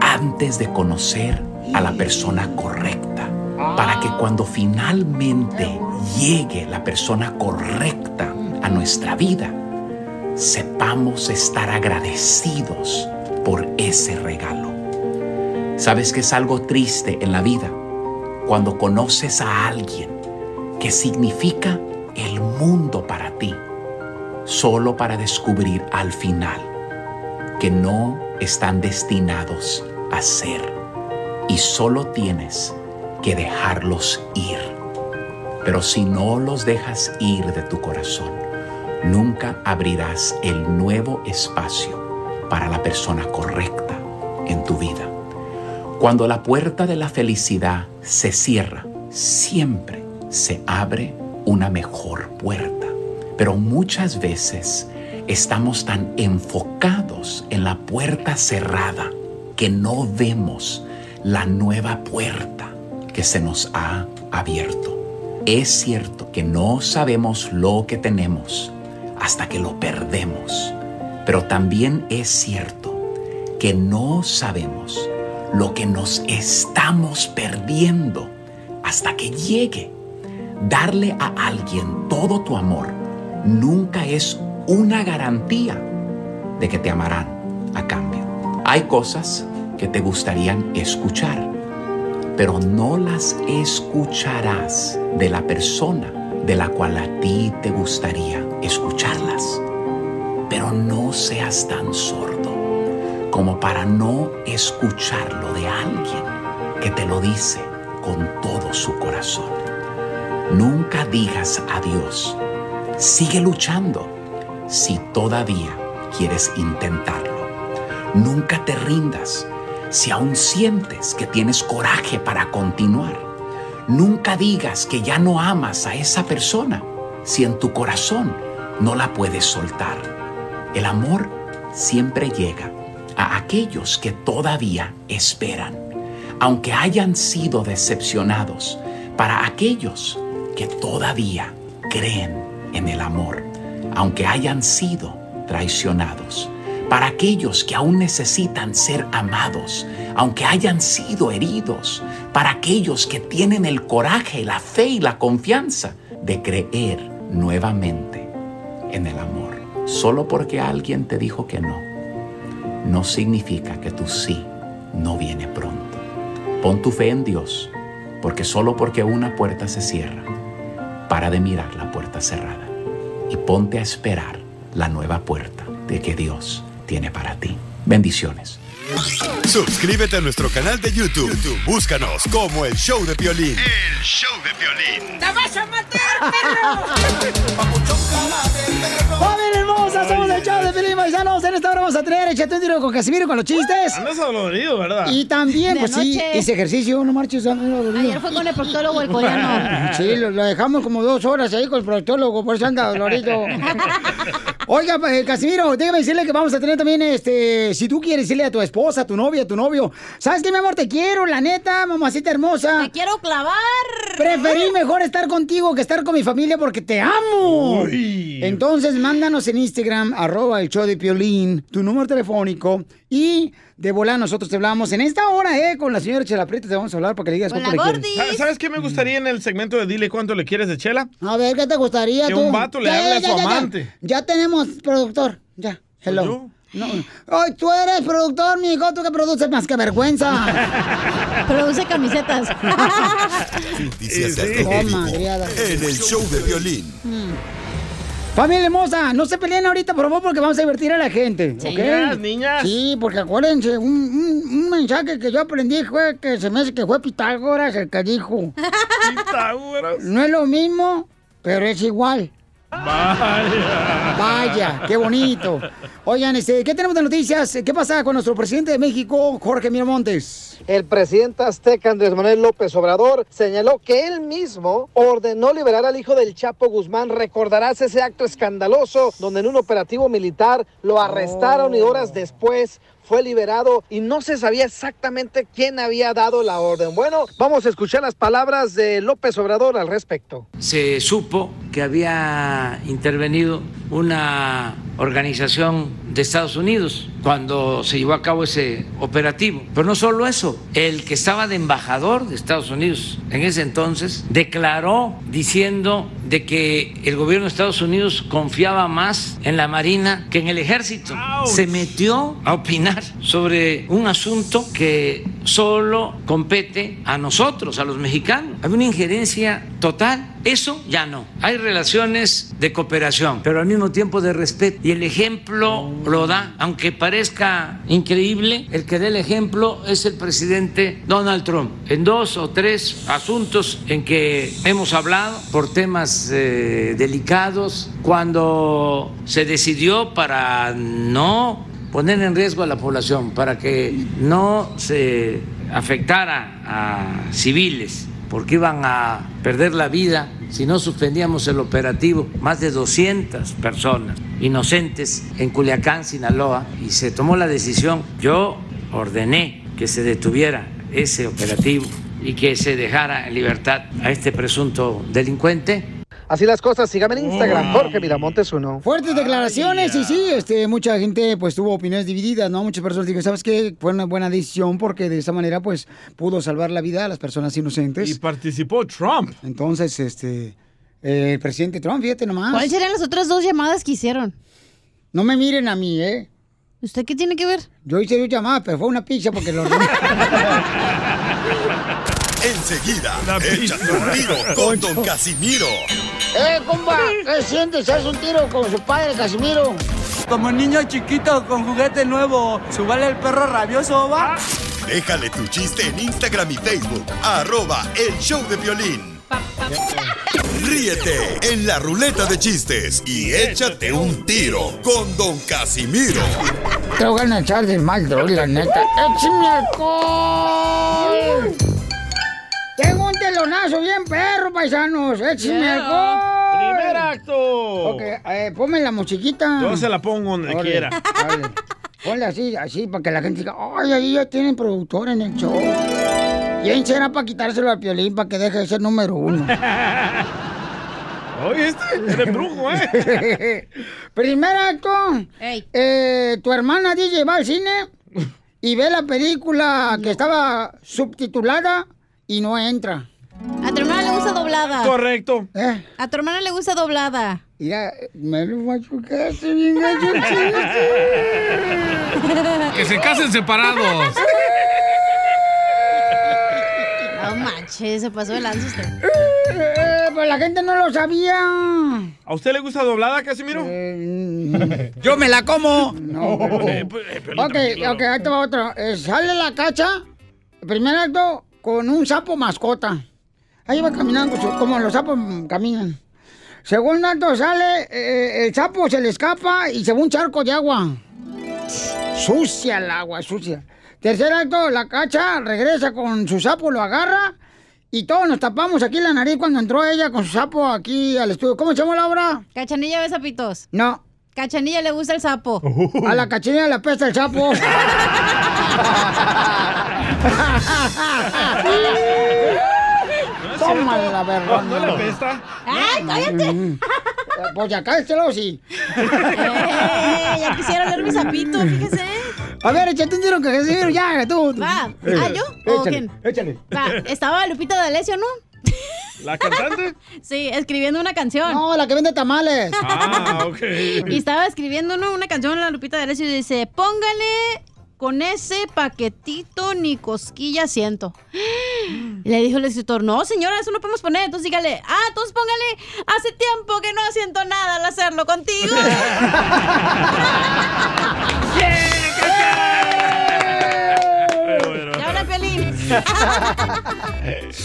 [SPEAKER 7] antes de conocer a la persona correcta? Para que cuando finalmente llegue la persona correcta a nuestra vida, sepamos estar agradecidos por ese regalo. Sabes que es algo triste en la vida cuando conoces a alguien que significa el mundo para ti, solo para descubrir al final que no están destinados a ser y solo tienes que dejarlos ir. Pero si no los dejas ir de tu corazón, nunca abrirás el nuevo espacio para la persona correcta en tu vida. Cuando la puerta de la felicidad se cierra, siempre se abre una mejor puerta. Pero muchas veces estamos tan enfocados en la puerta cerrada que no vemos la nueva puerta que se nos ha abierto. Es cierto que no sabemos lo que tenemos hasta que lo perdemos, pero también es cierto que no sabemos lo que nos estamos perdiendo hasta que llegue. Darle a alguien todo tu amor nunca es una garantía de que te amarán a cambio. Hay cosas que te gustarían escuchar, pero no las escucharás de la persona de la cual a ti te gustaría escucharlas. Pero no seas tan sordo como para no escucharlo de alguien que te lo dice con todo su corazón. Nunca digas adiós. Sigue luchando si todavía quieres intentarlo. Nunca te rindas si aún sientes que tienes coraje para continuar. Nunca digas que ya no amas a esa persona si en tu corazón no la puedes soltar. El amor siempre llega a aquellos que todavía esperan, aunque hayan sido decepcionados, para aquellos que todavía creen en el amor, aunque hayan sido traicionados. Para aquellos que aún necesitan ser amados, aunque hayan sido heridos. Para aquellos que tienen el coraje, la fe y la confianza de creer nuevamente en el amor. Solo porque alguien te dijo que no, no significa que tu sí no viene pronto. Pon tu fe en Dios, porque solo porque una puerta se cierra, para de mirar la puerta cerrada y ponte a esperar la nueva puerta de que Dios tiene para ti. Bendiciones.
[SPEAKER 1] Suscríbete a nuestro canal de YouTube. YouTube, Búscanos como el show de violín.
[SPEAKER 8] El show de violín.
[SPEAKER 2] ¡Te vas a matar, perro! ¡Joven hermosa! Somos el show de Felipe Paisanos. En esta hora vamos a traer Échate un tiro con Casimiro con los chistes.
[SPEAKER 4] Andas dolorido, ¿verdad?
[SPEAKER 2] Y también,
[SPEAKER 4] De
[SPEAKER 2] pues sí,
[SPEAKER 4] noche.
[SPEAKER 2] hice ejercicio, no marches.
[SPEAKER 5] Ayer fue con el proctólogo el coreano.
[SPEAKER 2] Sí, lo, lo dejamos como dos horas ahí con el proctólogo, por eso anda dolorido. Oiga, eh, Casimiro, déjame decirle que vamos a tener también, este, si tú quieres decirle a tu esposa, a tu novia, a tu novio, ¿sabes qué, mi amor? Te quiero, la neta, mamacita hermosa. Te
[SPEAKER 5] quiero clavar.
[SPEAKER 2] Preferí mejor estar contigo que estar con mi familia porque te amo. Entonces, mándanos en Instagram, arroba el show de Piolín, tu número telefónico y de volar nosotros te hablamos. En esta hora, eh, con la señora Chela Prieto te vamos a hablar para que le digas cuánto le quieres.
[SPEAKER 4] ¿Sabes- ¿Sabes qué me gustaría en el segmento de Dile cuánto le quieres de Chela?
[SPEAKER 2] A ver, ¿qué te gustaría
[SPEAKER 4] Que
[SPEAKER 2] tú?
[SPEAKER 4] un vato le hable a su amante. Pues
[SPEAKER 2] Ya, tenemos productor. Ya, hello. No, no. Ay, tú eres productor, mijo, tú que produces más que vergüenza.
[SPEAKER 5] Produce camisetas.
[SPEAKER 1] Noticias al
[SPEAKER 2] Oh,
[SPEAKER 1] rojo vivo
[SPEAKER 2] madreada.
[SPEAKER 1] en el show de violín.
[SPEAKER 2] Mm. Familia hermosa, no se peleen ahorita, por favor, porque vamos a divertir a la gente.
[SPEAKER 1] Sí.
[SPEAKER 2] ¿ok?
[SPEAKER 1] Niñas, niñas.
[SPEAKER 2] Sí, porque acuérdense, un, un- un mensaje que yo aprendí fue que se me hace que fue Pitágoras el que dijo. No es lo mismo, pero es igual.
[SPEAKER 8] Vaya.
[SPEAKER 2] Vaya, qué bonito. Oigan, este, ¿qué tenemos de noticias? ¿Qué pasa con nuestro presidente de México, Jorge Miramontes?
[SPEAKER 6] El presidente azteca Andrés Manuel López Obrador señaló que él mismo ordenó liberar al hijo del Chapo Guzmán. Recordarás ese acto escandaloso donde en un operativo militar lo arrestaron y horas después fue liberado y no se sabía exactamente quién había dado la orden. Bueno, vamos a escuchar las palabras de López Obrador al respecto.
[SPEAKER 25] se supo que había intervenido una organización de Estados Unidos cuando se llevó a cabo ese operativo. Pero no solo eso, el que estaba de embajador de Estados Unidos en ese entonces declaró diciendo de que el gobierno de Estados Unidos confiaba más en la Marina que en el ejército. Se metió a opinar sobre un asunto que solo compete a nosotros, a los mexicanos. Hay una injerencia total. Eso ya no. Hay relaciones de cooperación, pero al mismo tiempo de respeto. Y el ejemplo lo da, aunque parezca increíble, el que da el ejemplo es el presidente Donald Trump. En dos o tres asuntos en que hemos hablado por temas eh, delicados, cuando se decidió para no poner en riesgo a la población para que no se afectara a civiles, porque iban a perder la vida si no suspendíamos el operativo. Más de 200 personas inocentes en Culiacán, Sinaloa, y se tomó la decisión. Yo ordené que se detuviera ese operativo y que se dejara en libertad a este presunto delincuente.
[SPEAKER 6] Así las cosas, síganme en Instagram, Jorge Miramontes uno.
[SPEAKER 2] Fuertes declaraciones, y sí, este, mucha gente pues tuvo opiniones divididas, ¿no? Muchas personas dijeron, ¿sabes qué? Fue una buena decisión porque de esa manera pues pudo salvar la vida a las personas inocentes. Y
[SPEAKER 4] participó Trump.
[SPEAKER 2] Entonces, este, eh, el presidente Trump, fíjate nomás.
[SPEAKER 5] ¿Cuáles serían las otras dos llamadas que hicieron?
[SPEAKER 2] No me miren a mí, ¿eh?
[SPEAKER 5] ¿Usted qué tiene que ver?
[SPEAKER 2] Yo hice dos llamadas, pero fue una pizza porque lo...
[SPEAKER 1] Enseguida, échate un tiro con Don Casimiro.
[SPEAKER 2] ¡Eh, compa! ¿Qué sientes? ¿Haz un tiro con su padre, Casimiro?
[SPEAKER 9] Como niño chiquito con juguete nuevo, subale el perro rabioso, va.
[SPEAKER 1] Déjale tu chiste en Instagram y Facebook, arroba el show de violín.
[SPEAKER 2] Ah.
[SPEAKER 1] Ríete en la ruleta de chistes y échate un tiro con Don Casimiro.
[SPEAKER 2] Te voy a echar de mal, la neta. ¡Eh, ¡Échame alcohol! Tengo un telonazo bien perro, paisanos. ¡Échame
[SPEAKER 4] Yeah.
[SPEAKER 2] alcohol!
[SPEAKER 4] Primer acto.
[SPEAKER 2] Ok, eh, ponme la musiquita.
[SPEAKER 4] Yo se la pongo donde
[SPEAKER 2] Ah. Órale,
[SPEAKER 4] quiera.
[SPEAKER 2] órale. Ponla así, así, para que la gente diga, ay, ahí ya tienen productor en el show. ¿Quién será para quitárselo al Piolín para que deje de ser número uno?
[SPEAKER 4] ¿Oíste? Eres brujo, este, ¿eh?
[SPEAKER 2] Primer acto. eh, tu hermana DJ va al cine y ve la película que estaba subtitulada y no entra.
[SPEAKER 5] A tu hermana le gusta doblada.
[SPEAKER 4] Correcto.
[SPEAKER 5] A tu hermana le gusta doblada.
[SPEAKER 2] Mira, Eh, me lo machucaste bien gacho, chiste.
[SPEAKER 12] Que se casen separados.
[SPEAKER 5] No manches, se pasó de lanza usted.
[SPEAKER 2] Eh, pues la gente no lo sabía.
[SPEAKER 4] ¿A usted le gusta doblada, Casimiro?
[SPEAKER 2] Yo me la como. No.
[SPEAKER 4] Eh,
[SPEAKER 2] Oh. Ok, ok, ahí te va otro. Eh, sale la cacha, primer acto, con un sapo mascota. Ahí va caminando, su- como los sapos mm, caminan. Segundo acto sale, eh, el sapo se le escapa y se va a un charco de agua. Sucia el agua, sucia. Tercer acto, la cacha regresa con su sapo, lo agarra y todos nos tapamos aquí la nariz cuando entró ella con su sapo aquí al estudio. ¿Cómo se llama la obra?
[SPEAKER 5] Cachanilla besa pitos.
[SPEAKER 2] No.
[SPEAKER 5] Cachanilla le gusta el sapo.
[SPEAKER 2] Uh. A la cachanilla le apesta el sapo. Tómala, la verdad.
[SPEAKER 4] No, no le apesta.
[SPEAKER 2] ¡Ay, cállate! Pues de acá de este lado sí.
[SPEAKER 5] ya quisiera leer mi sapito, fíjese.
[SPEAKER 2] A ver, échate un tiro que Casimiro, ya, tú.
[SPEAKER 5] Va. ¿Ah, yo? ¿O
[SPEAKER 2] Échale,
[SPEAKER 5] quién?
[SPEAKER 2] Échale.
[SPEAKER 5] Va, estaba Lupita D'Alessio, ¿no?
[SPEAKER 4] ¿La cantante?
[SPEAKER 5] Sí, escribiendo una canción.
[SPEAKER 2] No, la que vende tamales.
[SPEAKER 4] Ah, ok.
[SPEAKER 5] Y estaba escribiendo ¿no? una canción la Lupita D'Alessio y dice, póngale con ese paquetito ni cosquilla siento. Le dijo el escritor, no señora, eso no podemos poner. Entonces dígale, ah, entonces póngale, hace tiempo que no siento nada al hacerlo contigo.
[SPEAKER 2] Y
[SPEAKER 5] ahora Pelín.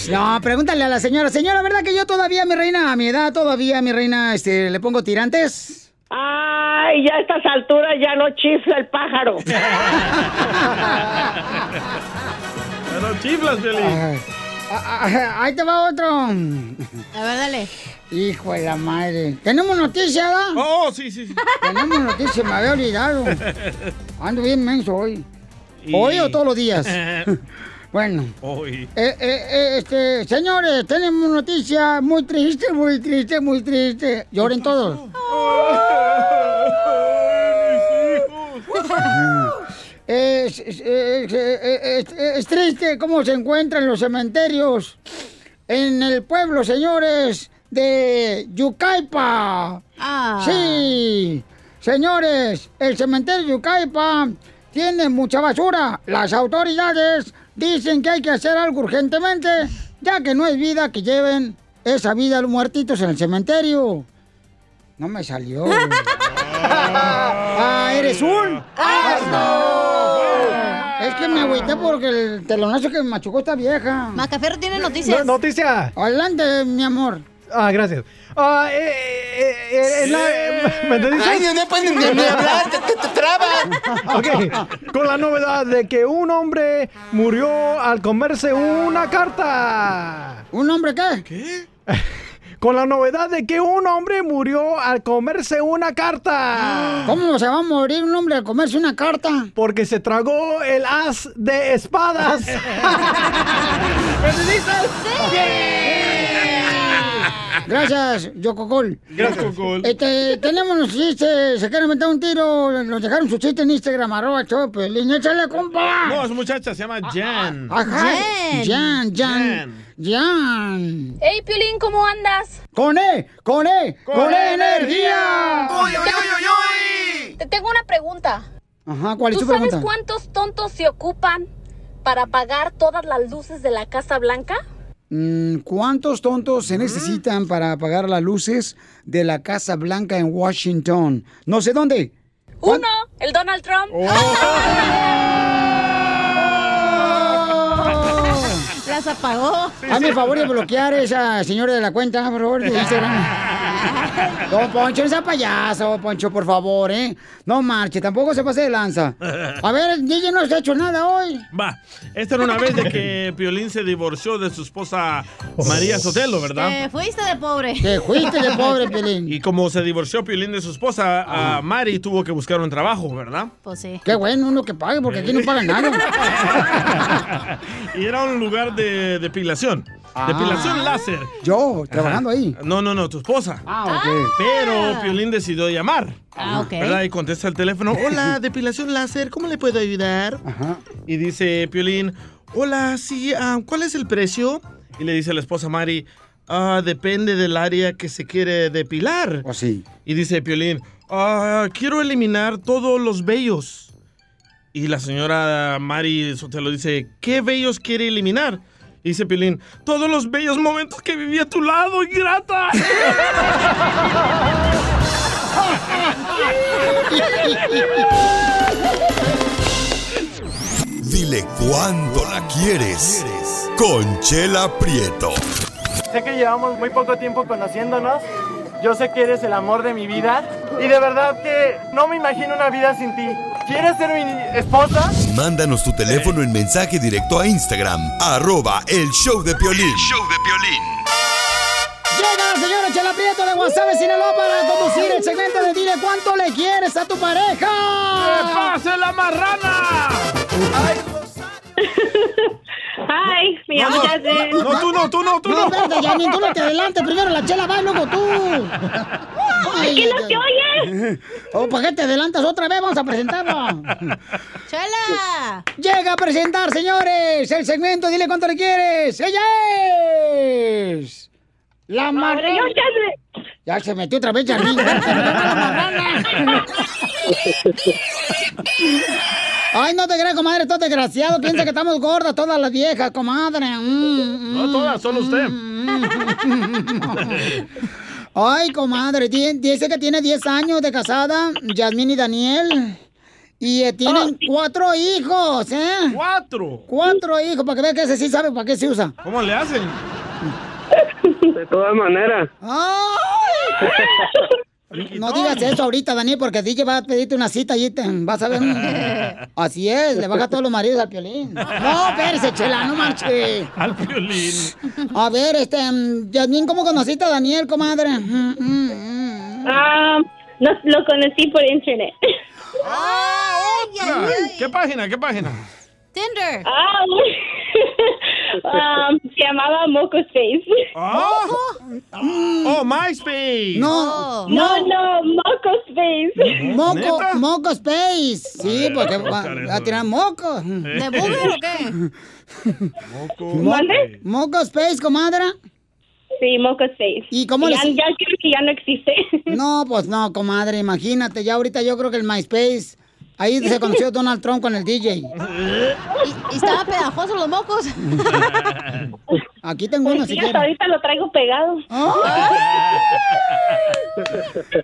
[SPEAKER 2] No, pregúntale a la señora. Señora, ¿verdad que yo todavía, mi reina, a mi edad, todavía, mi reina, este, le pongo tirantes?
[SPEAKER 17] Ay, ya a estas alturas ya no chifla el pájaro.
[SPEAKER 4] No chiflas, Piolín.
[SPEAKER 2] Ah, ah, Ahí te va otro. A
[SPEAKER 5] ver, dale.
[SPEAKER 2] Hijo de la madre. ¿Tenemos noticia, da?
[SPEAKER 4] Oh, sí, sí.
[SPEAKER 2] Tenemos noticia, me había olvidado. Ando bien menso hoy. ¿Hoy o todos los días? bueno.
[SPEAKER 4] Hoy.
[SPEAKER 2] Eh, eh, eh, este, señores, tenemos noticia muy triste, muy triste, muy triste. Lloren todos. Es, es- es- es- es triste cómo se encuentran los cementerios en el pueblo, señores, de Yucaipa. Sí, señores, el cementerio de Yucaipa tiene mucha basura. Las autoridades dicen que hay que hacer algo urgentemente, ya que no es vida que lleven esa vida a los muertitos en el cementerio. No me salió. ah, eres un
[SPEAKER 5] Ah.
[SPEAKER 2] asno. Es que me agüité porque el telonazo que me machucó esta vieja.
[SPEAKER 5] Macaferro tiene
[SPEAKER 11] No- noticia.
[SPEAKER 2] Adelante, mi amor.
[SPEAKER 11] Ah, gracias. Ah, eh, eh, eh, eh, la- ¿Me entendiste?
[SPEAKER 8] Ay, no, no pueden ni- ni hablar, te- te- te trabas.
[SPEAKER 11] Ok, con la novedad de que un hombre murió al comerse una carta.
[SPEAKER 2] ¿Un hombre qué?
[SPEAKER 11] ¿Qué? Con la novedad de que un hombre murió al comerse una carta.
[SPEAKER 2] ¿Cómo se va a morir un hombre al comerse una carta?
[SPEAKER 11] Porque se tragó el as de espadas.
[SPEAKER 2] Gracias, Yococol.
[SPEAKER 8] Gracias, Yococol.
[SPEAKER 2] Este, tenemos los chistes. Se quieren meter un tiro. Nos dejaron su chiste en Instagram, arroba Chopelín. ¡Échale, compa!
[SPEAKER 4] No, es muchacha, se llama Jan.
[SPEAKER 2] Ajá. Jan, Jan, Jan. Hey, Piolín, ¿cómo andas? Con E, con E, con, E energía.
[SPEAKER 13] Te tengo una pregunta.
[SPEAKER 2] Ajá, ¿cuál es
[SPEAKER 13] ¿Tú
[SPEAKER 2] tu
[SPEAKER 13] sabes
[SPEAKER 2] pregunta?
[SPEAKER 13] cuántos tontos se ocupan para apagar todas las luces de la Casa Blanca?
[SPEAKER 2] Mm, ¿Cuántos tontos se necesitan para apagar las luces de la Casa Blanca en Washington? No sé dónde.
[SPEAKER 13] Uno, el Donald Trump.
[SPEAKER 2] Oh.
[SPEAKER 5] Las apagó.
[SPEAKER 2] Hazme el favor de bloquear a esa señora de la cuenta, por favor, de Instagram. Don Poncho, no sea payaso, Poncho, por favor, ¿eh? No marche, tampoco se pase de lanza. A ver, DJ no se ha hecho nada hoy.
[SPEAKER 4] Va, esta era una vez de que Piolín se divorció de su esposa María
[SPEAKER 2] Oh.
[SPEAKER 4] Sotelo, ¿verdad?
[SPEAKER 5] Te fuiste de pobre.
[SPEAKER 2] Este, Piolín. Ah.
[SPEAKER 4] Y como se divorció Piolín de su esposa, a Mari tuvo que buscar un trabajo, ¿verdad?
[SPEAKER 5] Pues sí.
[SPEAKER 2] Qué bueno, uno que pague, porque aquí no pagan nada.
[SPEAKER 4] Y era un lugar de depilación. Depilación láser.
[SPEAKER 2] Yo, trabajando ahí.
[SPEAKER 4] No, no, no, tu esposa.
[SPEAKER 2] Ah,
[SPEAKER 4] ok. Pero Piolín decidió llamar.
[SPEAKER 2] Ah, ok.
[SPEAKER 4] ¿Verdad? Y contesta el teléfono. Hola, depilación láser, ¿cómo le puedo ayudar? Y dice Piolín, hola, sí, ah, ¿cuál es el precio? Y le dice la esposa Mari, "Ah, depende del área que se quiere depilar.
[SPEAKER 2] O sí.
[SPEAKER 4] Y dice Piolín, "Ah, quiero eliminar todos los vellos. Y la señora Mari Sotelo dice, ¿qué vellos quiere eliminar? Y dice Piolín, todos los bellos momentos que viví a tu lado, ingrata.
[SPEAKER 1] Dile cuándo la quieres. Conchela Prieto.
[SPEAKER 14] Sé que llevamos muy poco tiempo conociéndonos. Yo sé que eres el amor de mi vida. Y de verdad que no me imagino una vida sin ti. ¿Quieres ser mi esposa?
[SPEAKER 1] Mándanos tu teléfono en mensaje directo a Instagram, arroba el show de Piolín.
[SPEAKER 2] Llega la señora Chela Prieto de Guasave, Sinaloa, para conducir el segmento de Dile cuánto le quieres a tu pareja. ¡Que
[SPEAKER 4] pase la marrana!
[SPEAKER 15] Ay, mi
[SPEAKER 2] No,
[SPEAKER 15] amor,
[SPEAKER 2] no,
[SPEAKER 15] ya sé.
[SPEAKER 2] no, no, tú
[SPEAKER 4] no, tú no,
[SPEAKER 2] tú No, no. espérate, Janine, tú no te adelantes. Primero la chela va y luego tú.
[SPEAKER 15] ¿Por qué no te
[SPEAKER 2] oyes? Oh, ¿para qué te adelantas otra vez? Vamos a presentarlo.
[SPEAKER 5] ¡Chela!
[SPEAKER 2] Llega a presentar, señores, el segmento Dile cuánto le quieres. ¡Ella es! La marrana. Ya se metió otra vez, Janine. Ya se metió la marrana. Ay, no te creas, comadre, todo desgraciado. Piensa que estamos gordas todas las viejas, comadre. Mm, no
[SPEAKER 4] todas, solo usted.
[SPEAKER 2] Ay, comadre, tien- dice que tiene 10 años de casada, Yasmín y Daniel. Y eh, tienen cuatro hijos, ¿eh?
[SPEAKER 4] ¡Cuatro!
[SPEAKER 2] Cuatro hijos, para que veas que ese sí sabe para qué se usa.
[SPEAKER 4] ¿Cómo le hacen?
[SPEAKER 2] De todas maneras. No digas eso ahorita, Daniel, porque DJ va a pedirte una cita y te, vas a ver. un- Así es, le baja todos los maridos al piolín. No, espérese, chela, no marche.
[SPEAKER 4] Al violín.
[SPEAKER 2] A ver, este, mm, Yasmín, ¿cómo conociste a Daniel, comadre? Mm, mm, mm.
[SPEAKER 15] Ah, lo, lo conocí por internet.
[SPEAKER 2] Ah,
[SPEAKER 4] ¿Qué página? ¿Qué página?
[SPEAKER 15] Tinder. Ah, um, se llamaba Moco Space.
[SPEAKER 4] Oh, oh MySpace.
[SPEAKER 2] No,
[SPEAKER 15] no, no, Moco Space.
[SPEAKER 2] Moco, moco space. Sí, porque
[SPEAKER 15] Ah, voy a
[SPEAKER 2] va,
[SPEAKER 15] buscar ¿Eh?
[SPEAKER 2] va a tirar moco.
[SPEAKER 15] ¿De booger o qué?
[SPEAKER 2] Mo- ¿Moco space, comadre?
[SPEAKER 15] Sí, Moco Space.
[SPEAKER 2] ¿Y cómo
[SPEAKER 15] ya,
[SPEAKER 2] les-
[SPEAKER 15] ya creo que ya no existe.
[SPEAKER 2] No, pues no, comadre, imagínate. Ya ahorita yo creo que el MySpace. Ahí se conoció Donald Trump con el DJ.
[SPEAKER 5] ¿Y, y estaban pegajosos los mocos?
[SPEAKER 2] Aquí tengo uno si
[SPEAKER 15] Pues Sí,
[SPEAKER 2] quieres.
[SPEAKER 15] hasta ahorita lo traigo pegado.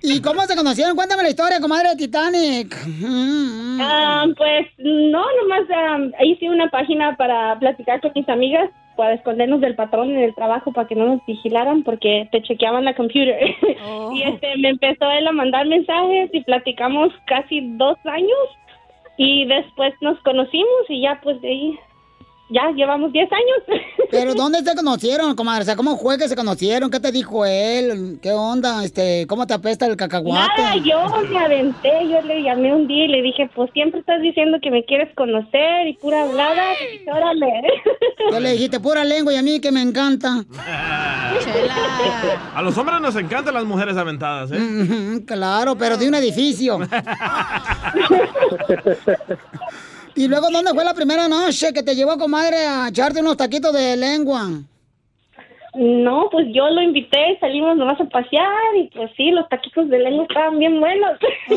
[SPEAKER 2] ¿Y cómo se conocieron? Cuéntame la historia, comadre de Titanic. Mm,
[SPEAKER 15] Ah, pues no, nomás am, hice una página para platicar con mis amigas, para escondernos del patrón en el trabajo, para que no nos vigilaran, porque te chequeaban la computer.
[SPEAKER 2] Oh.
[SPEAKER 15] y este, me empezó él a mandar mensajes y platicamos casi dos años. Y después nos conocimos y ya, pues de ahí, ya llevamos 10 años.
[SPEAKER 2] Pero ¿dónde se conocieron, comadre? O sea, ¿cómo fue que se conocieron? ¿Qué te dijo él? ¿Qué onda? Este, ¿Cómo te apesta el cacahuate?
[SPEAKER 15] Nada, yo me aventé, yo le llamé un día y le dije, pues siempre estás diciendo que me quieres conocer y pura hablada, pues, órale.
[SPEAKER 2] Yo le dijiste pura lengua y a mí que me encanta.
[SPEAKER 4] A los hombres nos encantan las mujeres aventadas, ¿eh?
[SPEAKER 2] Ujú, Claro, pero de un edificio. y luego, ¿dónde fue la primera noche que te llevó, comadre, a echarte unos taquitos de lengua?
[SPEAKER 15] No, pues yo lo invité, salimos nomás a pasear y pues sí, los taquitos de lengua estaban bien buenos.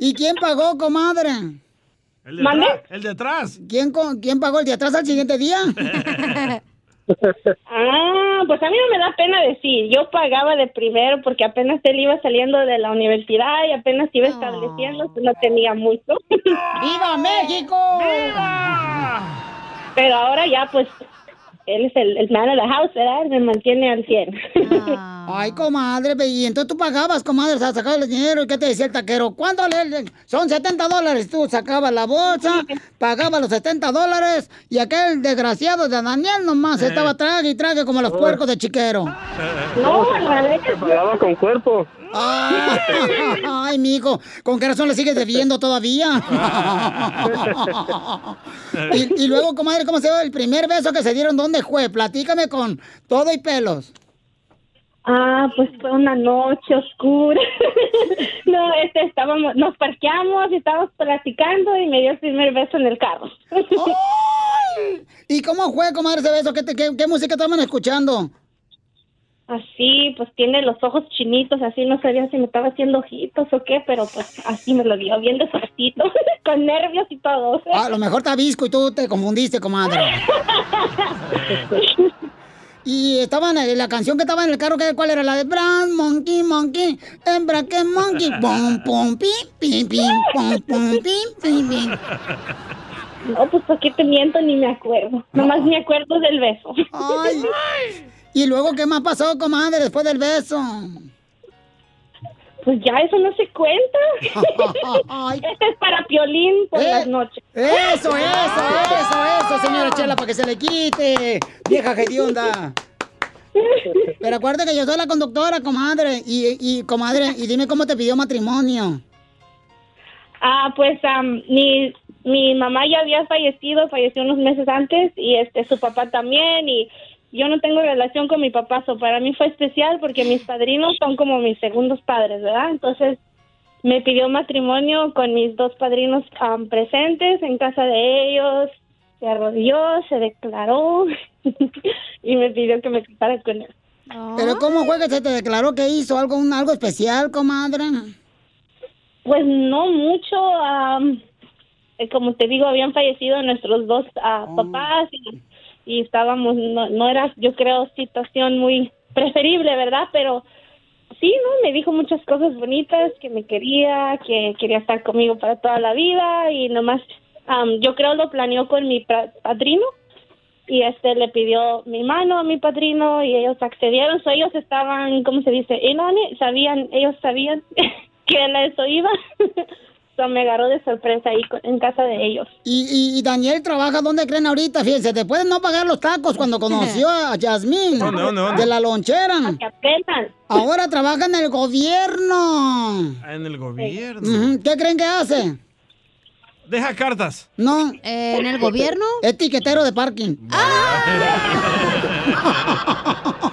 [SPEAKER 2] ¿Y quién pagó, comadre?
[SPEAKER 4] El
[SPEAKER 15] de ¿Mande? atrás,
[SPEAKER 4] El de atrás.
[SPEAKER 2] ¿Quién, co- ¿Quién pagó el de atrás al siguiente día?
[SPEAKER 15] ah, pues a mí no me da pena decir, yo pagaba de primero porque apenas él iba saliendo de la universidad y apenas iba estableciendo, pues, no tenía mucho.
[SPEAKER 2] ¡Viva México!
[SPEAKER 15] Pero ahora ya pues él es el, el man of the house, ¿verdad? Me mantiene al 100.
[SPEAKER 2] Ay, comadre, ve, y entonces tú pagabas, comadre, o sea, sacabas el dinero y qué te decía el taquero. ¿Cuánto le- le- Son 70 dólares. Tú sacabas la bolsa, pagabas los 70 dólares y aquel desgraciado de Daniel nomás
[SPEAKER 15] Eh.
[SPEAKER 2] estaba trague y trague como los puercos de chiquero.
[SPEAKER 15] No, a la vez.
[SPEAKER 2] pagaba con cuerpo. Ay, mijo, ¿con qué razón le sigues debiendo todavía? y, y luego, comadre, ¿cómo se dio el primer beso que se dieron? ¿Dónde ¿Dónde fue? Platícame con todo y pelos.
[SPEAKER 15] Ah, pues fue una noche oscura. no, este, estábamos, nos parqueamos y estábamos platicando y me dio el primer beso en el carro.
[SPEAKER 2] ¿Y cómo fue, comadre, ese beso? ¿Qué, te- qué- qué música estaban escuchando?
[SPEAKER 15] Así, pues tiene los ojos chinitos, así no sabía si me estaba haciendo ojitos o qué, pero pues así me lo dio, bien despacito, con nervios y todo.
[SPEAKER 2] Ah, A lo mejor Tabisco y tú te confundiste, comadre. y estaban, eh, la canción que estaba en el carro, ¿qué- ¿cuál era? La de Brown Monkey, Monkey, Hembra que Monkey, pom, pom, pim, pim, pim, pom, pom, pim, pim, pim.
[SPEAKER 15] No, pues ¿por qué te miento? Ni me acuerdo. Nomás me acuerdo del beso.
[SPEAKER 2] Ay. ¿Y luego qué más pasó, comadre, después del beso?
[SPEAKER 15] Pues ya eso no se cuenta. este es para Piolín por las noches.
[SPEAKER 2] Eh, Eso, eso, eso, eso, señora Chela, para que se le quite. Vieja gedionda. Pero acuérdate que yo soy la conductora, comadre. Y, y comadre, y dime cómo te pidió matrimonio.
[SPEAKER 15] Ah, pues am, mi, mi mamá ya había fallecido, falleció unos meses antes y este su papá también y yo no tengo relación con mi papá, so para mí fue especial porque mis padrinos son como mis segundos padres, ¿verdad? Entonces me pidió matrimonio con mis dos padrinos am, presentes en casa de ellos, se arrodilló, se declaró y me pidió que me casara con él. Ah.
[SPEAKER 2] Pero cómo fue que se te declaró que hizo algo, un- algo especial, comadre.
[SPEAKER 15] Pues no mucho. am, eh, como te digo, habían fallecido nuestros dos ah, papás y, y estábamos, no, no era, yo creo, situación muy preferible, ¿verdad? Pero sí, ¿no? Me dijo muchas cosas bonitas, que me quería, que quería estar conmigo para toda la vida y nomás, am, yo creo lo planeó con mi pra- padrino y este le pidió mi mano a mi padrino y ellos accedieron, so ellos estaban, ¿cómo se dice? In on it, sabían, ellos sabían que a eso iba. so me agarró de sorpresa ahí con- en casa de ellos.
[SPEAKER 2] Y, y- y Daniel trabaja, ¿dónde creen ahorita? Fíjense, después de no pagar los tacos cuando conoció a Yasmín.
[SPEAKER 15] ¿Dónde, dónde, dónde?
[SPEAKER 2] De la lonchera. Ahora trabaja en el gobierno.
[SPEAKER 4] En el gobierno.
[SPEAKER 2] Ujú, ¿Qué creen que hace?
[SPEAKER 4] Deja cartas.
[SPEAKER 2] No.
[SPEAKER 5] Eh, ¿En el gobierno?
[SPEAKER 2] Es tiquetero de parking.
[SPEAKER 4] Ah.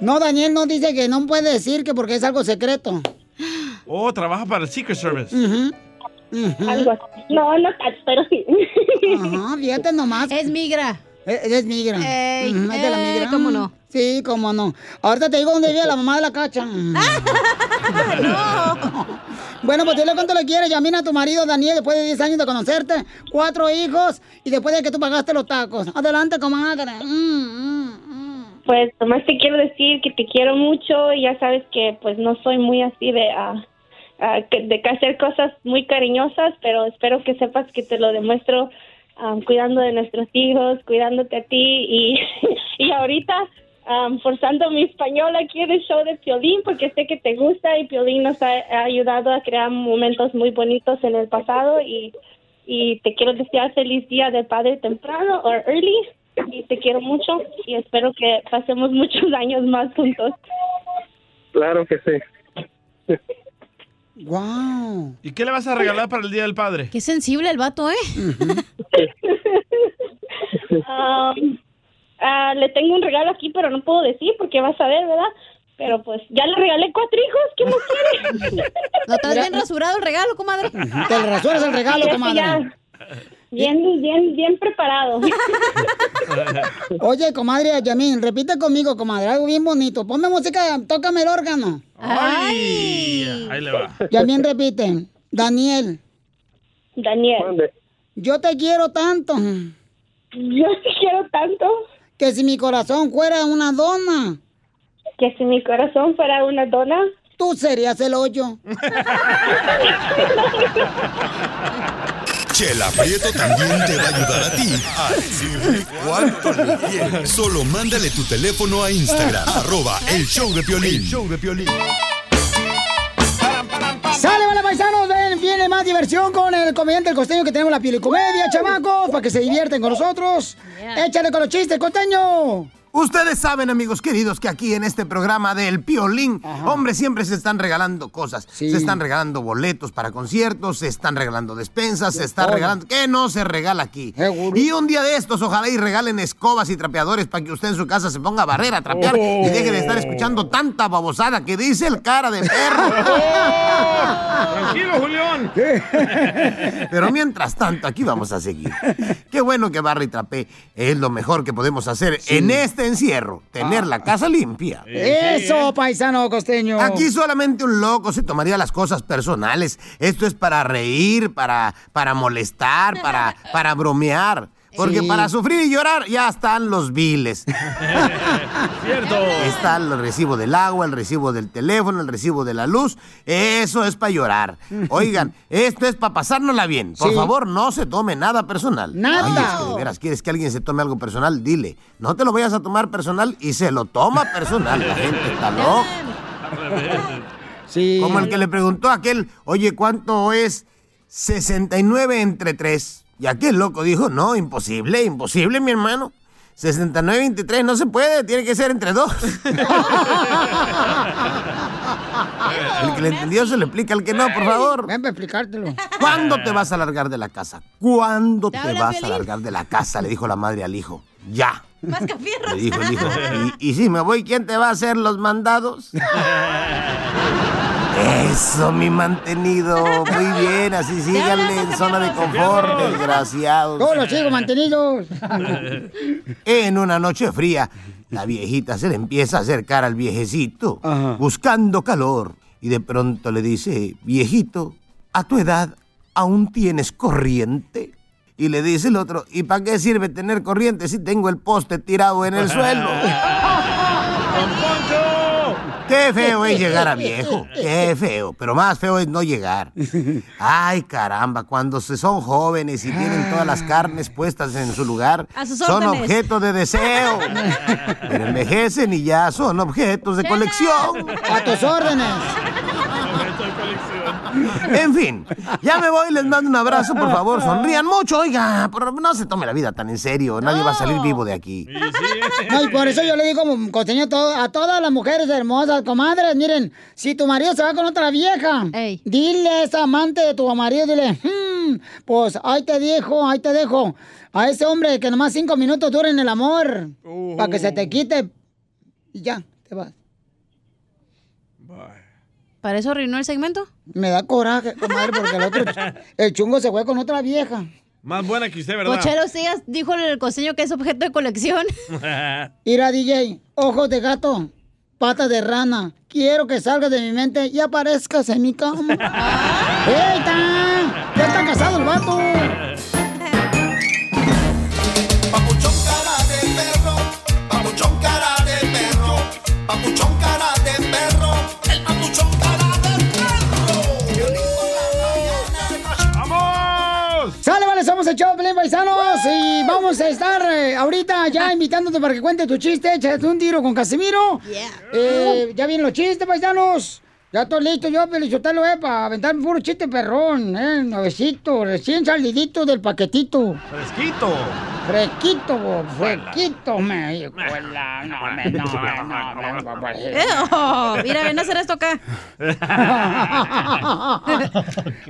[SPEAKER 2] No, Daniel no dice que no puede decir que porque es algo secreto.
[SPEAKER 4] Oh, trabaja para el Secret Service.
[SPEAKER 2] Ujú.
[SPEAKER 15] Algo así. No, no tanto, pero sí.
[SPEAKER 2] Ajá, fíjate nomás.
[SPEAKER 5] Es migra.
[SPEAKER 2] Es, migra.
[SPEAKER 5] Ey,
[SPEAKER 2] Ujú, es de la
[SPEAKER 5] ey,
[SPEAKER 2] migra. Mm,
[SPEAKER 5] ¿cómo no?
[SPEAKER 2] Sí, cómo no. Ahorita te digo dónde vive la mamá de la cacha. Mm. Bueno, pues dile cuánto le quieres, Yamina, a tu marido, Daniel, después de 10 años de conocerte, cuatro hijos y después de que tú pagaste los tacos. Adelante, comadre. Mm, mm.
[SPEAKER 15] Pues nomás te quiero decir que te quiero mucho y ya sabes que pues no soy muy así de ah, ah, que- de que hacer cosas muy cariñosas, pero espero que sepas que te lo demuestro ah, cuidando de nuestros hijos, cuidándote a ti y, y ahorita ah, forzando mi español aquí en el show de Piolín porque sé que te gusta y Piolín nos ha, ha ayudado a crear momentos muy bonitos en el pasado y, y te quiero desear feliz día del padre temprano o early y te quiero mucho y espero que pasemos muchos años más juntos.
[SPEAKER 3] Claro que sí.
[SPEAKER 2] Wow.
[SPEAKER 4] ¿Y qué le vas a regalar para el Día del Padre?
[SPEAKER 5] Qué sensible el vato, ¿eh?
[SPEAKER 15] Um, ah, le tengo un regalo aquí, pero no puedo decir porque vas a ver, ¿verdad? Pero pues ya le regalé cuatro hijos, ¿qué más quieres?
[SPEAKER 5] ¿No estás bien rasurado el regalo, comadre?
[SPEAKER 2] Te le rasuras el regalo,
[SPEAKER 15] Sí, ese
[SPEAKER 2] comadre.
[SPEAKER 15] ya. Bien, bien, bien preparado.
[SPEAKER 2] Oye, comadre Yamín, repite conmigo, comadre, algo bien bonito. Ponme música, tócame el órgano.
[SPEAKER 4] Ay, ah, ahí le va.
[SPEAKER 2] Yamín repite. Daniel.
[SPEAKER 15] Daniel.
[SPEAKER 2] Yo te quiero tanto.
[SPEAKER 15] Yo te quiero tanto.
[SPEAKER 2] Que si mi corazón fuera una dona.
[SPEAKER 15] Que si mi corazón fuera una dona.
[SPEAKER 2] Tú serías el hoyo.
[SPEAKER 1] Chela Prieto también te va a ayudar a ti a decirle cuánto le quieres. Solo mándale tu teléfono a Instagram, arroba el show de Piolín.
[SPEAKER 2] El
[SPEAKER 1] show de
[SPEAKER 2] ¡Sale, vale, paisanos! Ven, viene más diversión con el comediante El Costeño que tenemos la piel y comedia, chamacos, para que se divierten con nosotros. ¡Échale con los chistes, Costeño!
[SPEAKER 16] Ustedes saben, amigos queridos, que aquí en este programa del Piolín, hombre, siempre se están regalando cosas. Se están regalando boletos para conciertos, se están regalando despensas, se está
[SPEAKER 18] todo.
[SPEAKER 16] regalando... ¿Qué no se regala aquí? Y un día de estos, ojalá y regalen escobas y trapeadores para que usted en su casa se ponga a barrer, a trapear y deje de estar escuchando tanta babosada que dice el cara de perro.
[SPEAKER 4] Tranquilo, Julián.
[SPEAKER 16] Pero mientras tanto, aquí vamos a seguir. Qué bueno que barra y trapé. Es lo mejor que podemos hacer en este encierro. Tener la casa limpia.
[SPEAKER 2] Eso, paisano costeño.
[SPEAKER 16] Aquí solamente un loco se tomaría las cosas personales. Esto es para reír, para, para molestar, para, para bromear. Porque
[SPEAKER 2] Sí.
[SPEAKER 16] para sufrir y llorar ya están los viles.
[SPEAKER 4] Cierto.
[SPEAKER 16] Está el recibo del agua, el recibo del teléfono, el recibo de la luz. Eso es para llorar. Oigan, esto es para pasárnosla bien. Por
[SPEAKER 2] Sí.
[SPEAKER 16] favor, no se tome nada personal.
[SPEAKER 2] Nada.
[SPEAKER 16] Oye, es que de veras, ¿quieres que alguien se tome algo personal? Dile. No te lo vayas a tomar personal y se lo toma personal. La gente está loca.
[SPEAKER 2] Sí.
[SPEAKER 16] Como el que le preguntó a aquel, oye, ¿cuánto es 69 entre 3? Y aquel loco dijo, no, imposible, imposible, mi hermano. 69 entre 3 no se puede, tiene que ser entre 2. El que le entendió se le explica, el que no, por favor.
[SPEAKER 2] Ven para explicártelo.
[SPEAKER 16] ¿Cuándo te vas a largar de la casa? ¿Cuándo
[SPEAKER 2] Te
[SPEAKER 16] te
[SPEAKER 2] habla
[SPEAKER 16] vas a
[SPEAKER 2] Piolín.
[SPEAKER 16] largar de la casa? Le dijo la madre al hijo. Ya.
[SPEAKER 5] Mascafierros.
[SPEAKER 16] Le dijo el hijo. Y, y si me voy, ¿quién te va a hacer los mandados? Eso, mi mantenido. Muy bien, así síganle en zona de confort, desgraciados.
[SPEAKER 2] Todos los chicos mantenidos.
[SPEAKER 16] En una noche fría, la viejita se le empieza a acercar al viejecito, buscando calor. Y de pronto le dice, viejito, a tu edad aún tienes corriente. Y le dice el otro, ¿y para qué sirve tener corriente si tengo el poste tirado en el suelo? Qué feo es llegar a viejo, qué feo, pero más feo es no llegar. Ay, caramba, cuando se son jóvenes y tienen todas las carnes puestas en su lugar,
[SPEAKER 5] A sus
[SPEAKER 16] son
[SPEAKER 5] órdenes.
[SPEAKER 16] objeto de deseo. Pero envejecen y ya son objetos de colección.
[SPEAKER 2] A tus órdenes.
[SPEAKER 16] En fin, ya me voy, les mando un abrazo, por favor, sonrían mucho, oiga, pero no se tome la vida tan en serio, nadie va a salir vivo de aquí.
[SPEAKER 2] No, y por eso yo le digo, como costeño, a todo- a todas las mujeres hermosas, comadres, miren, si tu marido se va con otra vieja, dile a esa amante de tu marido, dile, "Hmm, pues ahí te dejo, ahí te dejo, a ese hombre que nomás cinco minutos dura en el amor, para que se te quite, y ya, te vas.
[SPEAKER 5] ¿Para eso arruinó el segmento?
[SPEAKER 2] Me da coraje, comadre, porque el otro, el chungo se fue con otra vieja.
[SPEAKER 4] Más buena que usted, ¿verdad?
[SPEAKER 5] Cochero, sí, ya dijo el costeño que es objeto de colección.
[SPEAKER 2] Mira, DJ, ojos de gato, patas de rana. Quiero que salgas de mi mente y aparezcas en mi cama. ¡Eita! Ya está casado el vato.
[SPEAKER 8] Papuchón cara de perro, papuchón cara de perro, el papuchón cara de perro. ¡Vamos!
[SPEAKER 2] Sale, vale, somos el show, de Pelín Paisanos. Y vamos a estar eh, ahorita
[SPEAKER 5] Ah.
[SPEAKER 2] ya invitándote para que cuente tu chiste. Échate un tiro con Casimiro. Eh,
[SPEAKER 5] Uh.
[SPEAKER 2] ya vienen los chistes, paisanos. Ya estoy listo yo, Pelichotelo, eh, para aventar puro chiste perrón, eh, nuevecito, recién salidito del paquetito.
[SPEAKER 4] Fresquito.
[SPEAKER 2] Fresquito, bo, fresquito, me dijo la- no, me- no, no, no, no, oh,
[SPEAKER 5] Ew, mira, ven a hacer esto acá.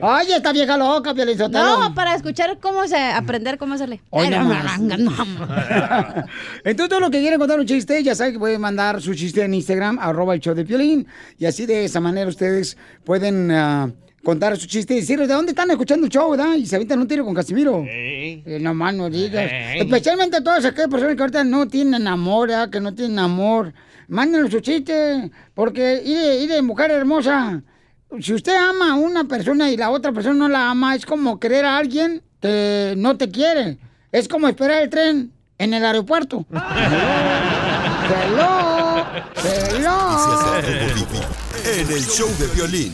[SPEAKER 2] Ay, esta vieja loca, Pielizotelo.
[SPEAKER 5] No, para escuchar cómo se, aprender cómo hacerle.
[SPEAKER 2] Hoy
[SPEAKER 5] Ay,
[SPEAKER 2] nomás.
[SPEAKER 5] no, no, no.
[SPEAKER 2] Entonces, todo lo que quieren contar un chiste, ya saben que pueden mandar su chiste en Instagram, arroba el show de Piolín. Y así de esa manera ustedes pueden ah, contar su chiste y decirles de dónde están escuchando el show, ¿verdad? Y se avientan un tiro con Casimiro. Eh, no más no digas.
[SPEAKER 8] Ey.
[SPEAKER 2] Especialmente a todas aquellas personas que ahorita no tienen amor, ¿verdad? que no tienen amor. Mándenle su chiste, porque, ire, ire, mujer hermosa, si usted ama a una persona y la otra persona no la ama, es como querer a alguien que no te quiere. Es como esperar el tren en el aeropuerto. Hello, hello.
[SPEAKER 1] En el show de violín.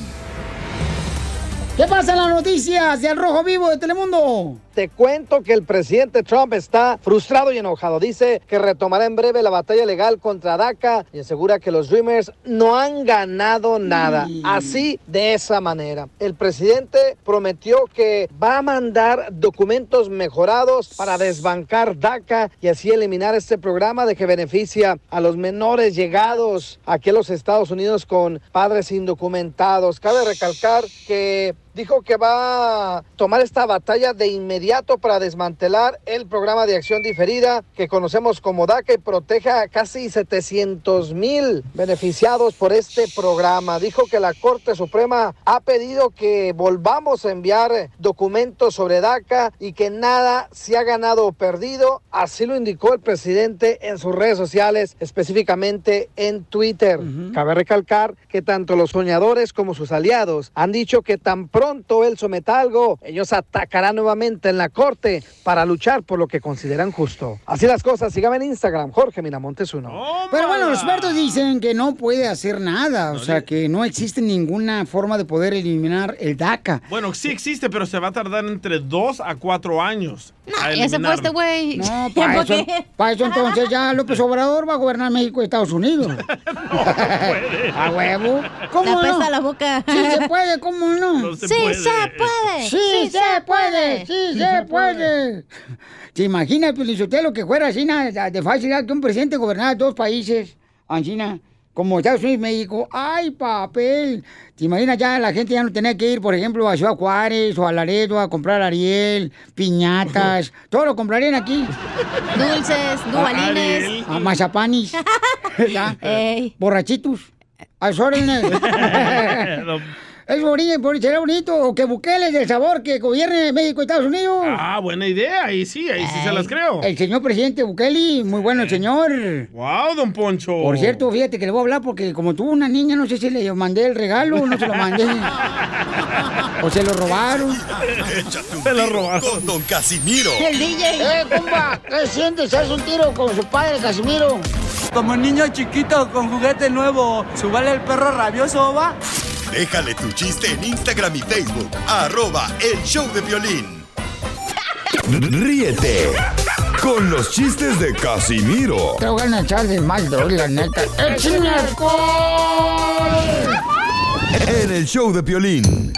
[SPEAKER 2] ¿Qué pasa en las noticias del Rojo Vivo de Telemundo?
[SPEAKER 6] Te cuento que el presidente Trump está frustrado y enojado. Dice que retomará en breve la batalla legal contra DACA y asegura que los Dreamers no han ganado nada. Así, de esa manera. El presidente prometió que va a mandar documentos mejorados para desbancar DACA y así eliminar este programa de que beneficia a los menores llegados aquí a los Estados Unidos con padres indocumentados. Cabe recalcar que dijo que va a tomar esta batalla de inmediato para desmantelar el programa de acción diferida que conocemos como DACA y proteja a casi 700 mil beneficiados por este programa. Dijo que la Corte Suprema ha pedido que volvamos a enviar eh, documentos sobre DACA y que nada se ha ganado o perdido. Así lo indicó el presidente en sus redes sociales, específicamente en Twitter. Cabe recalcar que tanto los soñadores como sus aliados han dicho que tan pronto él someta algo, ellos atacarán nuevamente en la corte para luchar por lo que consideran justo. Así las cosas, síganme en Instagram, Jorge Miramontes uno.
[SPEAKER 2] Pero bueno, los expertos dicen que no puede hacer nada, o sea, que no existe ninguna forma de poder eliminar el DACA.
[SPEAKER 4] Bueno, sí existe, pero se va a tardar entre 2 a 4 años. a
[SPEAKER 2] ya se fue este
[SPEAKER 4] eliminarlo.
[SPEAKER 2] güey. No, para eso, pa' eso entonces ya López Obrador va a gobernar México y Estados Unidos. A huevo.
[SPEAKER 5] Te
[SPEAKER 2] ¿Cómo
[SPEAKER 5] apesta
[SPEAKER 2] no?
[SPEAKER 5] la boca.
[SPEAKER 2] Sí se puede, ¿cómo no?
[SPEAKER 5] se Sí puede. se puede.
[SPEAKER 2] Sí, se puede. Sí se puede. ¿Te imaginas, pues, usted lo que fuera así na, de facilidad que un presidente gobernara dos países, China, como Estados Unidos y México? ¡Ay, papel! ¿Te imaginas ya la gente ya no tenía que ir, por ejemplo, a Ciudad Juárez o a Laredo a comprar Ariel, piñatas? Todo lo comprarían aquí.
[SPEAKER 5] Dulces,
[SPEAKER 2] Ah,
[SPEAKER 4] Ah,
[SPEAKER 5] dubalines.
[SPEAKER 2] A, Ah, mazapanis. Ya. Borrachitos. A sus órdenes. Es bonito, por- será bonito. O que buqueles del sabor que gobierne México y Estados Unidos.
[SPEAKER 4] Ah, buena idea, ahí sí, ahí sí se las creo.
[SPEAKER 2] El señor presidente Bukele, muy bueno el señor.
[SPEAKER 4] Wow, don Poncho.
[SPEAKER 2] Por cierto, fíjate que le voy a hablar porque como tuvo una niña, no sé si le mandé el regalo o no se lo mandé. o se lo robaron.
[SPEAKER 1] Échate un tiro con Don Casimiro.
[SPEAKER 2] DJ. Eh, compa, ¿qué sientes? ¿Haz un tiro con su padre, Casimiro?
[SPEAKER 9] Como niño chiquito con juguete nuevo, ¿subale el perro rabioso va?
[SPEAKER 1] Déjale tu chiste en Instagram y Facebook. Arroba El Show de Violín. Ríete con los chistes de Casimiro
[SPEAKER 2] Te voy a echar de mal, bro, la neta. ¡Échame alcohol!
[SPEAKER 1] en El Show de Violín.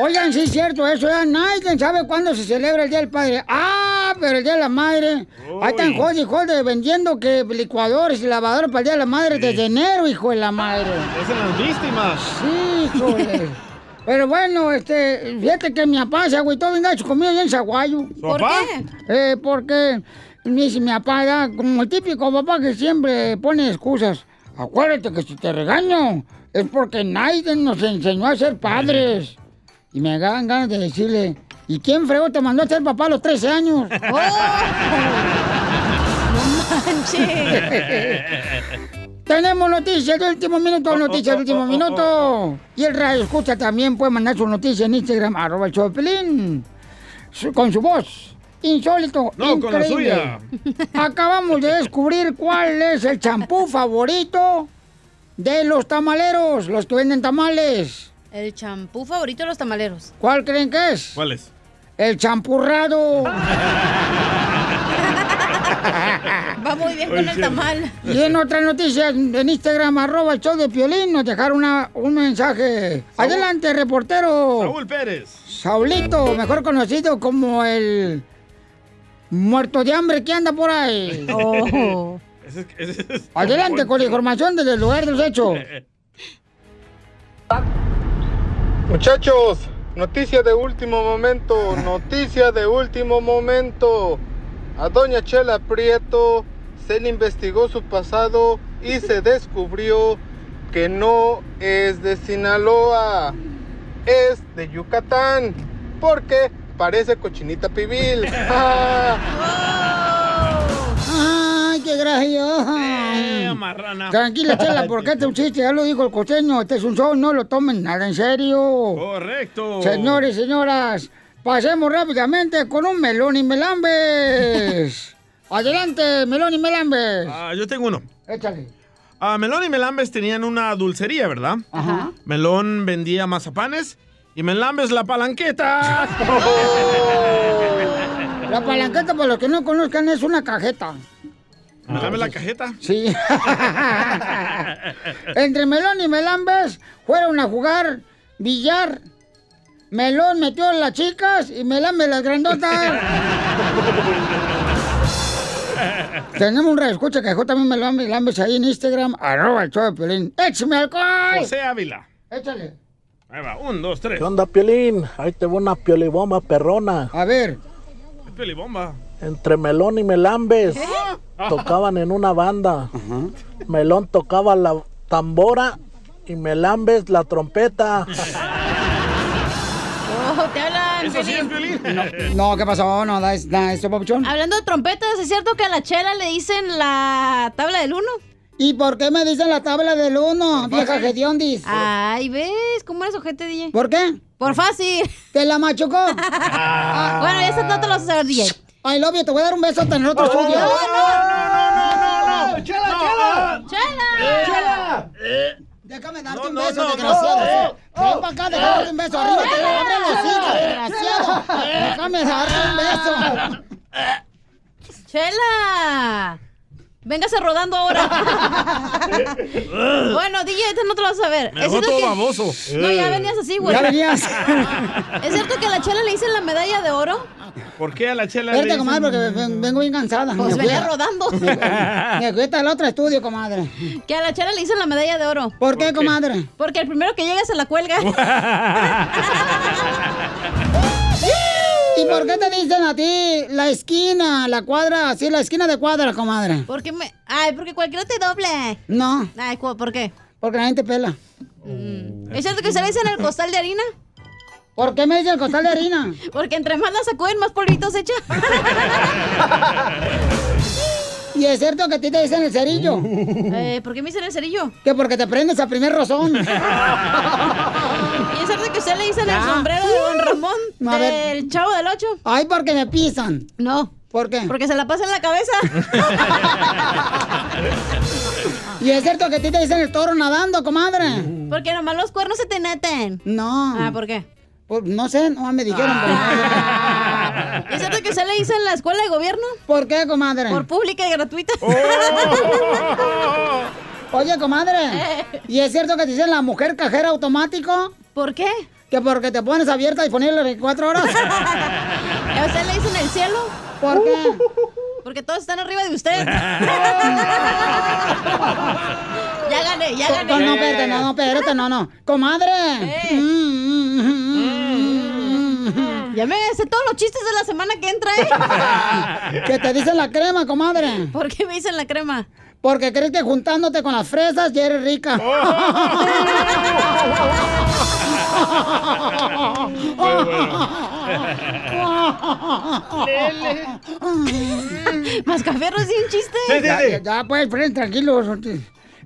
[SPEAKER 2] Oigan, sí es cierto eso, ya nadie sabe cuándo se celebra el Día del Padre. ¡Ah! Pero el Día de la Madre. Ahí están jode y jode vendiendo que licuadores y lavadores para el Día de la Madre desde enero, hijo de la madre.
[SPEAKER 4] Es en las víctimas.
[SPEAKER 2] Sí, híjole. Pero bueno, este, fíjate que mi papá se agüitó bien gacho conmigo allá en Zaguayo.
[SPEAKER 8] ¿Por papá? qué?
[SPEAKER 2] Eh, porque me dice mi papá, ya, como el típico papá que siempre pone excusas. Acuérdate que si te regaño es porque nadie nos enseñó a ser padres. Y me daban ganas de decirle, ¿y quién fregó te mandó a ser papá a los 13 años? ¡No Tenemos noticias de último
[SPEAKER 8] Oh,
[SPEAKER 2] minuto, noticias de último minuto. Y el radio escucha también puede mandar su noticia en Instagram, arroba el show de Piolín. Su- con su voz. Insólito.
[SPEAKER 8] No, con
[SPEAKER 2] increíble.
[SPEAKER 8] la suya.
[SPEAKER 2] Acabamos de descubrir cuál es el champú favorito de los tamaleros, los que venden tamales.
[SPEAKER 5] El champú favorito de los tamaleros.
[SPEAKER 2] ¿Cuál creen que es?
[SPEAKER 4] ¿Cuál es?
[SPEAKER 2] El champurrado.
[SPEAKER 5] Va muy bien con el tamal.
[SPEAKER 2] Y en otras noticias, en Instagram, arroba el show de Piolín, nos dejaron una- un mensaje. Adelante, reportero.
[SPEAKER 4] Raúl Pérez.
[SPEAKER 2] Saulito, mejor conocido como el muerto de hambre que anda por ahí.
[SPEAKER 8] Oh.
[SPEAKER 4] Ese es- ese es-
[SPEAKER 2] Oh. Adelante con la información desde el lugar de los hechos.
[SPEAKER 23] Muchachos, noticia de último momento, noticia de último momento. A doña Chela Prieto se le investigó su pasado y se descubrió que no es de Sinaloa, es de Yucatán, porque parece cochinita pibil. Ah.
[SPEAKER 2] ¡Ay, qué graciosa! Tranquila, Chela, porque este es un chiste, ya lo dijo el costeño, este es un show, no lo tomen nada en serio.
[SPEAKER 4] Correcto.
[SPEAKER 2] Señores, señoras, pasemos rápidamente con un melón y melambes. Adelante, melón y melambes.
[SPEAKER 4] Ah, yo tengo uno.
[SPEAKER 2] Échale.
[SPEAKER 4] Ah, Melón y Melambes tenían una dulcería, ¿verdad?
[SPEAKER 2] Ajá.
[SPEAKER 4] Melón vendía mazapanes y Melambes la palanqueta.
[SPEAKER 2] La palanqueta, para los que no conozcan, es una cajeta.
[SPEAKER 4] ¿Me dame la cajeta?
[SPEAKER 2] Sí. Entre Melón y Melambes fueron a jugar billar. Melón metió a las chicas y Melambes las grandotas. Tenemos un escucha que dejó también Melambes Melambes ahí en Instagram, arroba el show de Piolín. ¡Échame alcohol!
[SPEAKER 4] José Ávila.
[SPEAKER 2] Échale.
[SPEAKER 4] Ahí va, un, dos, tres.
[SPEAKER 21] ¿Qué onda, Piolín? Ahí te va una piolibomba perrona.
[SPEAKER 2] A ver.
[SPEAKER 4] Pelibomba.
[SPEAKER 21] Entre Melón y
[SPEAKER 2] Pues,
[SPEAKER 21] Melambes
[SPEAKER 4] ¿Eh?
[SPEAKER 21] tocaban en una banda. Melón tocaba la tambora y Melambes la trompeta.
[SPEAKER 5] Oh, te hablan.
[SPEAKER 2] Eso sí
[SPEAKER 5] Piolín.
[SPEAKER 2] No, ¿qué pasó? No, da, da esto, papuchón.
[SPEAKER 5] Hablando de trompetas, ¿es cierto que a la chela le dicen la tabla del uno?
[SPEAKER 2] ¿Y por qué me dicen la tabla del uno, vieja hediondis?
[SPEAKER 5] Ay, ¿ves? ¿Cómo eres ojete, DJ?
[SPEAKER 2] ¿Por qué?
[SPEAKER 5] Por fácil.
[SPEAKER 2] ¿Te la machucó?
[SPEAKER 5] Bueno, esa no te la vas a saber, DJ.
[SPEAKER 2] Ay, Lobby, te voy a dar un beso en el otro
[SPEAKER 5] No,
[SPEAKER 2] estudio.
[SPEAKER 4] no,
[SPEAKER 2] no, no, no, no. Chela, chela. Chela. Chela. Déjame darte un beso, desgraciado.
[SPEAKER 8] no.
[SPEAKER 2] Ven para acá, déjame darte un beso. Arriba te
[SPEAKER 8] Chela,
[SPEAKER 2] abre los hijos,
[SPEAKER 8] chela.
[SPEAKER 2] desgraciado. Déjame darte un beso.
[SPEAKER 5] ¡Chela! Véngase rodando ahora. bueno, DJ, esta no te lo vas a ver.
[SPEAKER 8] Me dejó todo baboso.
[SPEAKER 5] No, ya venías así, güey.
[SPEAKER 8] Ya venías.
[SPEAKER 5] ¿Es cierto que a la chela le dicen la medalla de oro?
[SPEAKER 4] ¿Por qué a la chela le
[SPEAKER 2] Verte,
[SPEAKER 4] dicen-
[SPEAKER 2] comadre, porque ven- vengo bien cansada.
[SPEAKER 5] Pues
[SPEAKER 2] Me
[SPEAKER 5] venía
[SPEAKER 2] fui a-
[SPEAKER 5] rodando.
[SPEAKER 2] Me fui hasta el otro estudio, comadre.
[SPEAKER 5] Que a la chela le dicen la medalla de oro.
[SPEAKER 2] ¿Por qué, comadre?
[SPEAKER 5] Porque el primero que llega se la cuelga.
[SPEAKER 2] ¿Y por qué te dicen a ti la esquina, la cuadra, así la esquina de cuadra, comadre?
[SPEAKER 5] porque me. Ay, porque cualquiera te doble.
[SPEAKER 2] No,
[SPEAKER 5] Ay, cu- ¿por qué?
[SPEAKER 2] porque la gente pela.
[SPEAKER 5] ¿Es cierto que se le dicen el costal de harina?
[SPEAKER 2] ¿Por qué me dice el costal de harina?
[SPEAKER 5] Porque entre más la sacuden, más polvitos echa.
[SPEAKER 2] ¿Y es cierto que a ti te dicen el cerillo?
[SPEAKER 5] Eh, ¿Por qué me dicen el cerillo?
[SPEAKER 2] Que porque te prendes a primer rozón.
[SPEAKER 5] ¿Y es cierto que usted le dicen el
[SPEAKER 2] Ya.
[SPEAKER 5] sombrero de Don Ramón
[SPEAKER 2] Ah. A ver.
[SPEAKER 5] del Chavo del Ocho?
[SPEAKER 2] Ay, porque me pisan.
[SPEAKER 5] No.
[SPEAKER 2] ¿Por qué?
[SPEAKER 5] Porque se la pasa en la cabeza.
[SPEAKER 2] ¿Y es cierto que a ti te dicen el toro nadando, comadre?
[SPEAKER 5] Porque nomás los cuernos se te neten.
[SPEAKER 2] No.
[SPEAKER 5] Ah, ¿por qué?
[SPEAKER 2] Pues, no sé, no me dijeron.
[SPEAKER 5] ¿Y Ah. es cierto que usted le dice en la escuela de gobierno?
[SPEAKER 2] ¿Por qué, comadre?
[SPEAKER 5] Por pública y gratuita.
[SPEAKER 8] Oh.
[SPEAKER 2] Oye, comadre. ¿Y es cierto que te dicen la mujer cajera automático?
[SPEAKER 5] Eh. ¿Por qué?
[SPEAKER 2] Que porque te pones abierta y pones las 24 horas.
[SPEAKER 5] ¿A usted le dicen el cielo?
[SPEAKER 2] ¿Por qué?
[SPEAKER 5] Porque todos están arriba de usted. ya gané, ya gané. Eh.
[SPEAKER 2] No, no, espérate, no, no, espérate, no, no. Comadre. Mm,
[SPEAKER 5] Mm. Ya me sé todos los chistes de la semana que entra, ¿eh?
[SPEAKER 2] Que te dicen la crema, comadre.
[SPEAKER 5] ¿Por qué me dicen la crema?
[SPEAKER 2] Porque crees que juntándote con las fresas ya eres rica.
[SPEAKER 5] Oh. Mascaferro es un chiste.
[SPEAKER 4] Sí, sí, sí.
[SPEAKER 2] Ya, ya, pues, Fren, tranquilos.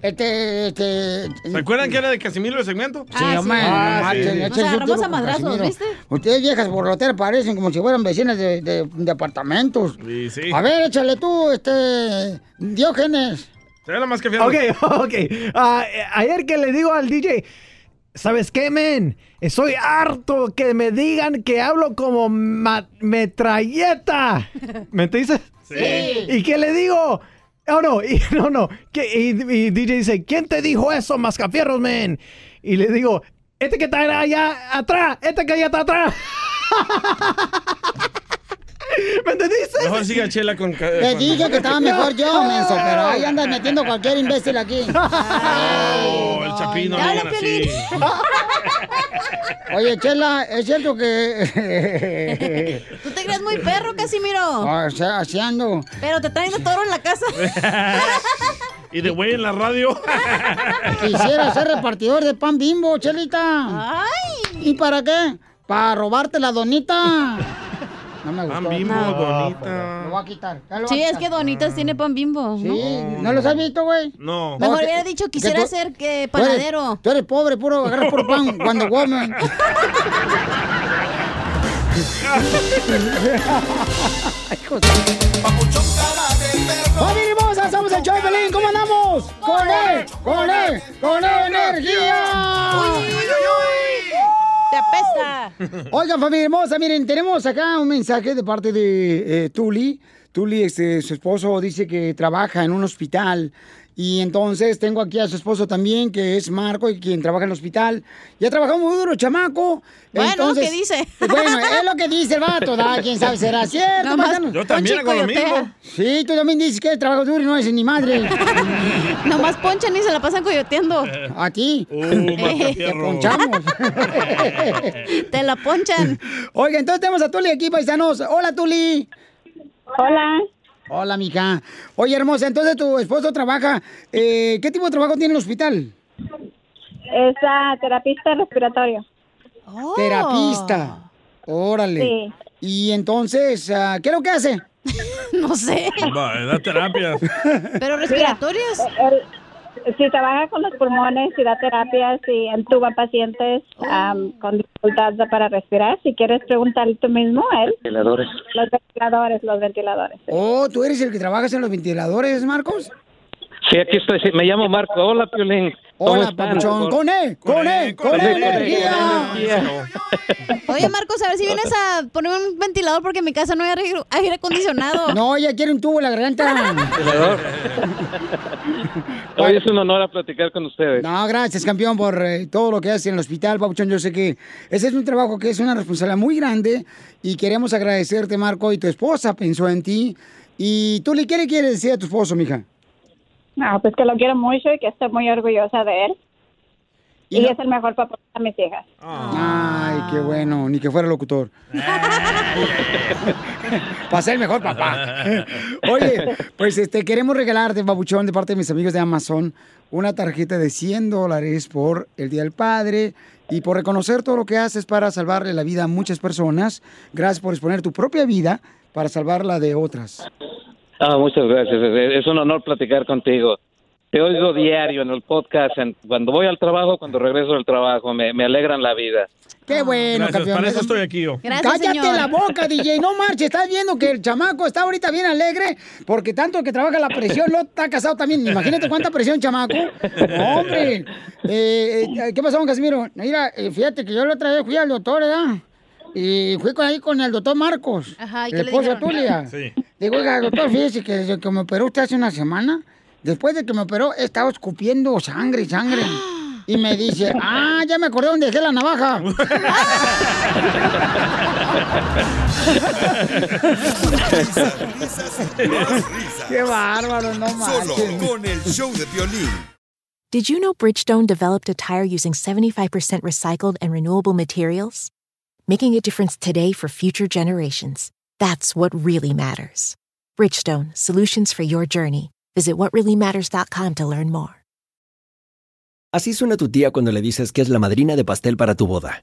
[SPEAKER 2] Este, este.
[SPEAKER 4] ¿Se acuerdan que era de Casimiro el segmento? Ah,
[SPEAKER 2] Sí, hombre, no marchen,
[SPEAKER 4] sí.
[SPEAKER 2] échense un tiro con Casimiro. Ustedes viejas borloteras parecen como si fueran vecinas de, de- de apartamentos.
[SPEAKER 4] Sí, sí.
[SPEAKER 2] A ver, échale tú, este. Diógenes.
[SPEAKER 4] Se ve la más que fiel.
[SPEAKER 11] Ok, ok. Ah, eh, ayer que le digo al DJ, ¿sabes qué, men? Estoy harto que me digan que hablo como ma- metralleta. ¿Me entiendes?
[SPEAKER 8] Sí.
[SPEAKER 11] ¿Y qué le digo? Oh, no, y, no, no. Que, y, y DJ dice, ¿quién te dijo eso, mascafierros, men? Y le digo, este que está allá atrás, este que allá está atrás. ¿Me entendiste?
[SPEAKER 4] Mejor siga Chela con... ca-
[SPEAKER 2] Te
[SPEAKER 4] con-
[SPEAKER 2] dije que estaba mejor yo, menso, pero ahí andas metiendo cualquier imbécil aquí.
[SPEAKER 4] Oh, el chapino.
[SPEAKER 2] ya
[SPEAKER 4] miren
[SPEAKER 2] lo
[SPEAKER 4] así.
[SPEAKER 2] Oye, Chela, es cierto que.
[SPEAKER 5] Tú te crees muy perro, Casimiro.
[SPEAKER 2] Ah, o sea, así ando.
[SPEAKER 5] Pero te traen de toro en la casa.
[SPEAKER 4] y de güey en la radio.
[SPEAKER 2] Quisiera ser repartidor de pan bimbo, Chelita.
[SPEAKER 5] ¡Ay!
[SPEAKER 2] ¿Y para qué? Para robarte la donita. No me gustó.
[SPEAKER 4] Pan Bimbo,
[SPEAKER 2] No, pues,
[SPEAKER 4] bonita.
[SPEAKER 2] Lo voy a quitar. ya lo voy
[SPEAKER 5] Sí,
[SPEAKER 2] a
[SPEAKER 5] es
[SPEAKER 2] quitar.
[SPEAKER 5] que Donitas tiene pan bimbo. ¿no?
[SPEAKER 2] Sí, ¿no los has visto, güey?
[SPEAKER 4] No.
[SPEAKER 5] Mejor
[SPEAKER 2] que-
[SPEAKER 5] hubiera dicho,
[SPEAKER 2] que
[SPEAKER 5] quisiera
[SPEAKER 2] tú-
[SPEAKER 5] ser que
[SPEAKER 2] tú eres-
[SPEAKER 5] panadero.
[SPEAKER 2] Tú eres pobre, puro, agarras puro pan cuando Woman.
[SPEAKER 8] ¡Familia
[SPEAKER 2] hermosa! ¡Somos el show de Pelín! ¿Cómo andamos? ¡Con él! ¡Con él! ¡Con él energía!
[SPEAKER 5] ¡Te apesta! Ella.
[SPEAKER 2] Oigan, familia hermosa, miren, tenemos acá un mensaje de parte de eh, Tuli. Tuli, este, su esposo dice que trabaja en un hospital. Y entonces tengo aquí a su esposo también, que es Marco, y quien trabaja en el hospital. Ya trabajó muy duro, chamaco.
[SPEAKER 5] Bueno,
[SPEAKER 2] Entonces- pues,
[SPEAKER 5] ¿qué dice?
[SPEAKER 2] Bueno, es lo que dice el vato, ¿da? ¿Quién sabe? ¿Será cierto?
[SPEAKER 5] Nomás,
[SPEAKER 2] paisano?
[SPEAKER 5] Yo también Ponche hago lo coyotea. mismo.
[SPEAKER 2] Sí, tú también dices que trabajo duro y no es ni madre.
[SPEAKER 5] Nomás ponchan y se la pasan coyoteando.
[SPEAKER 2] ¿A ti?
[SPEAKER 5] Este,
[SPEAKER 2] Te
[SPEAKER 5] matapierro.
[SPEAKER 2] ponchamos.
[SPEAKER 5] Te la ponchan.
[SPEAKER 2] Oiga, entonces tenemos a Tuli aquí, paisanos. Hola, Tuli. Hola. Hola, mija. Oye, hermosa, entonces tu esposo trabaja. eh, ¿Qué tipo de trabajo tiene en el hospital?
[SPEAKER 15] Es ah, terapista respiratorio.
[SPEAKER 5] Oh.
[SPEAKER 2] Terapista. Órale.
[SPEAKER 15] Sí.
[SPEAKER 2] Y entonces, ah, ¿qué es lo que hace?
[SPEAKER 5] no sé.
[SPEAKER 4] Va, da terapias.
[SPEAKER 5] ¿Pero respiratorias?
[SPEAKER 15] eh, si trabaja con los pulmones, si da terapias, si entuba pacientes
[SPEAKER 5] Oh.
[SPEAKER 15] am, con dificultad para respirar, si quieres preguntarle tú mismo a él.
[SPEAKER 22] Ventiladores.
[SPEAKER 15] Los ventiladores, los ventiladores.
[SPEAKER 2] Oh, ¿tú eres el que trabajas en los ventiladores, Marcos?
[SPEAKER 22] Sí, aquí estoy. sí, me llamo Marco. Hola, Piolín. ¿Cómo
[SPEAKER 2] Hola,
[SPEAKER 22] están?
[SPEAKER 2] papuchón. Con él, con él, con
[SPEAKER 8] E,
[SPEAKER 22] él,
[SPEAKER 2] él, energía.
[SPEAKER 5] Oye, Marcos, a ver si vienes a poner un ventilador porque en mi casa no hay aire- aire acondicionado.
[SPEAKER 2] No, ella quiere un tubo en la garganta.
[SPEAKER 22] Ventilador. Hoy es un honor a platicar con ustedes.
[SPEAKER 2] No, gracias, campeón, por eh, todo lo que hace en el hospital, Papuchón. Yo sé que ese es un trabajo que es una responsabilidad muy grande y queremos agradecerte, Marco, y tu esposa pensó en ti. ¿Y tú le qué le quieres decir a tu esposo, mija?
[SPEAKER 15] No, pues que lo quiero mucho y que estoy muy orgullosa de él.
[SPEAKER 2] Y,
[SPEAKER 15] es el mejor papá para mis hijas.
[SPEAKER 2] Ay, qué bueno, ni que fuera locutor. Para ser el mejor papá.
[SPEAKER 8] Ah.
[SPEAKER 2] Oye, pues este, queremos regalarte, Papuchón, de parte de mis amigos de Amazon, una tarjeta de 100 dólares por el Día del Padre y por reconocer todo lo que haces para salvarle la vida a muchas personas. Gracias por exponer tu propia vida para salvar la de otras.
[SPEAKER 22] Ah, muchas gracias. Es, es un honor platicar contigo. Te oigo diario en el podcast. en- cuando voy al trabajo, cuando regreso del trabajo, me, me alegran la vida.
[SPEAKER 2] Qué bueno,
[SPEAKER 4] Gracias,
[SPEAKER 2] campeón.
[SPEAKER 4] para eso estoy aquí yo.
[SPEAKER 2] Cállate la boca, DJ. No marches. Estás viendo que el chamaco está ahorita bien alegre porque tanto que trabaja la presión, lo está casado también. Imagínate cuánta presión, chamaco. No, hombre. Eh, eh, ¿Qué pasó, don Casimiro? Mira, eh, fíjate que yo la otra vez fui al doctor, ¿verdad? Y fui con ahí con el doctor Marcos.
[SPEAKER 5] Ajá, ¿y
[SPEAKER 2] el
[SPEAKER 5] qué le
[SPEAKER 2] esposo de
[SPEAKER 5] dijeron?
[SPEAKER 2] Tulia.
[SPEAKER 4] Sí.
[SPEAKER 2] Digo, oiga, doctor, fíjese que desde que me operó usted hace una semana, después de que me operó, he estado escupiendo sangre y sangre. Y me dice, ah, ya me acordé dónde dejé la navaja. Qué bárbaro, no
[SPEAKER 1] Solo
[SPEAKER 2] manches.
[SPEAKER 1] con el show de violín.
[SPEAKER 18] Did you know Bridgestone developed a tire using 75% recycled and renewable materials? Making a difference today for future generations. That's what really matters. Bridgestone, solutions for your journey. Visit whatreallymatters.com to learn more.
[SPEAKER 19] Así suena tu tía cuando le dices que es la madrina de pastel para tu boda.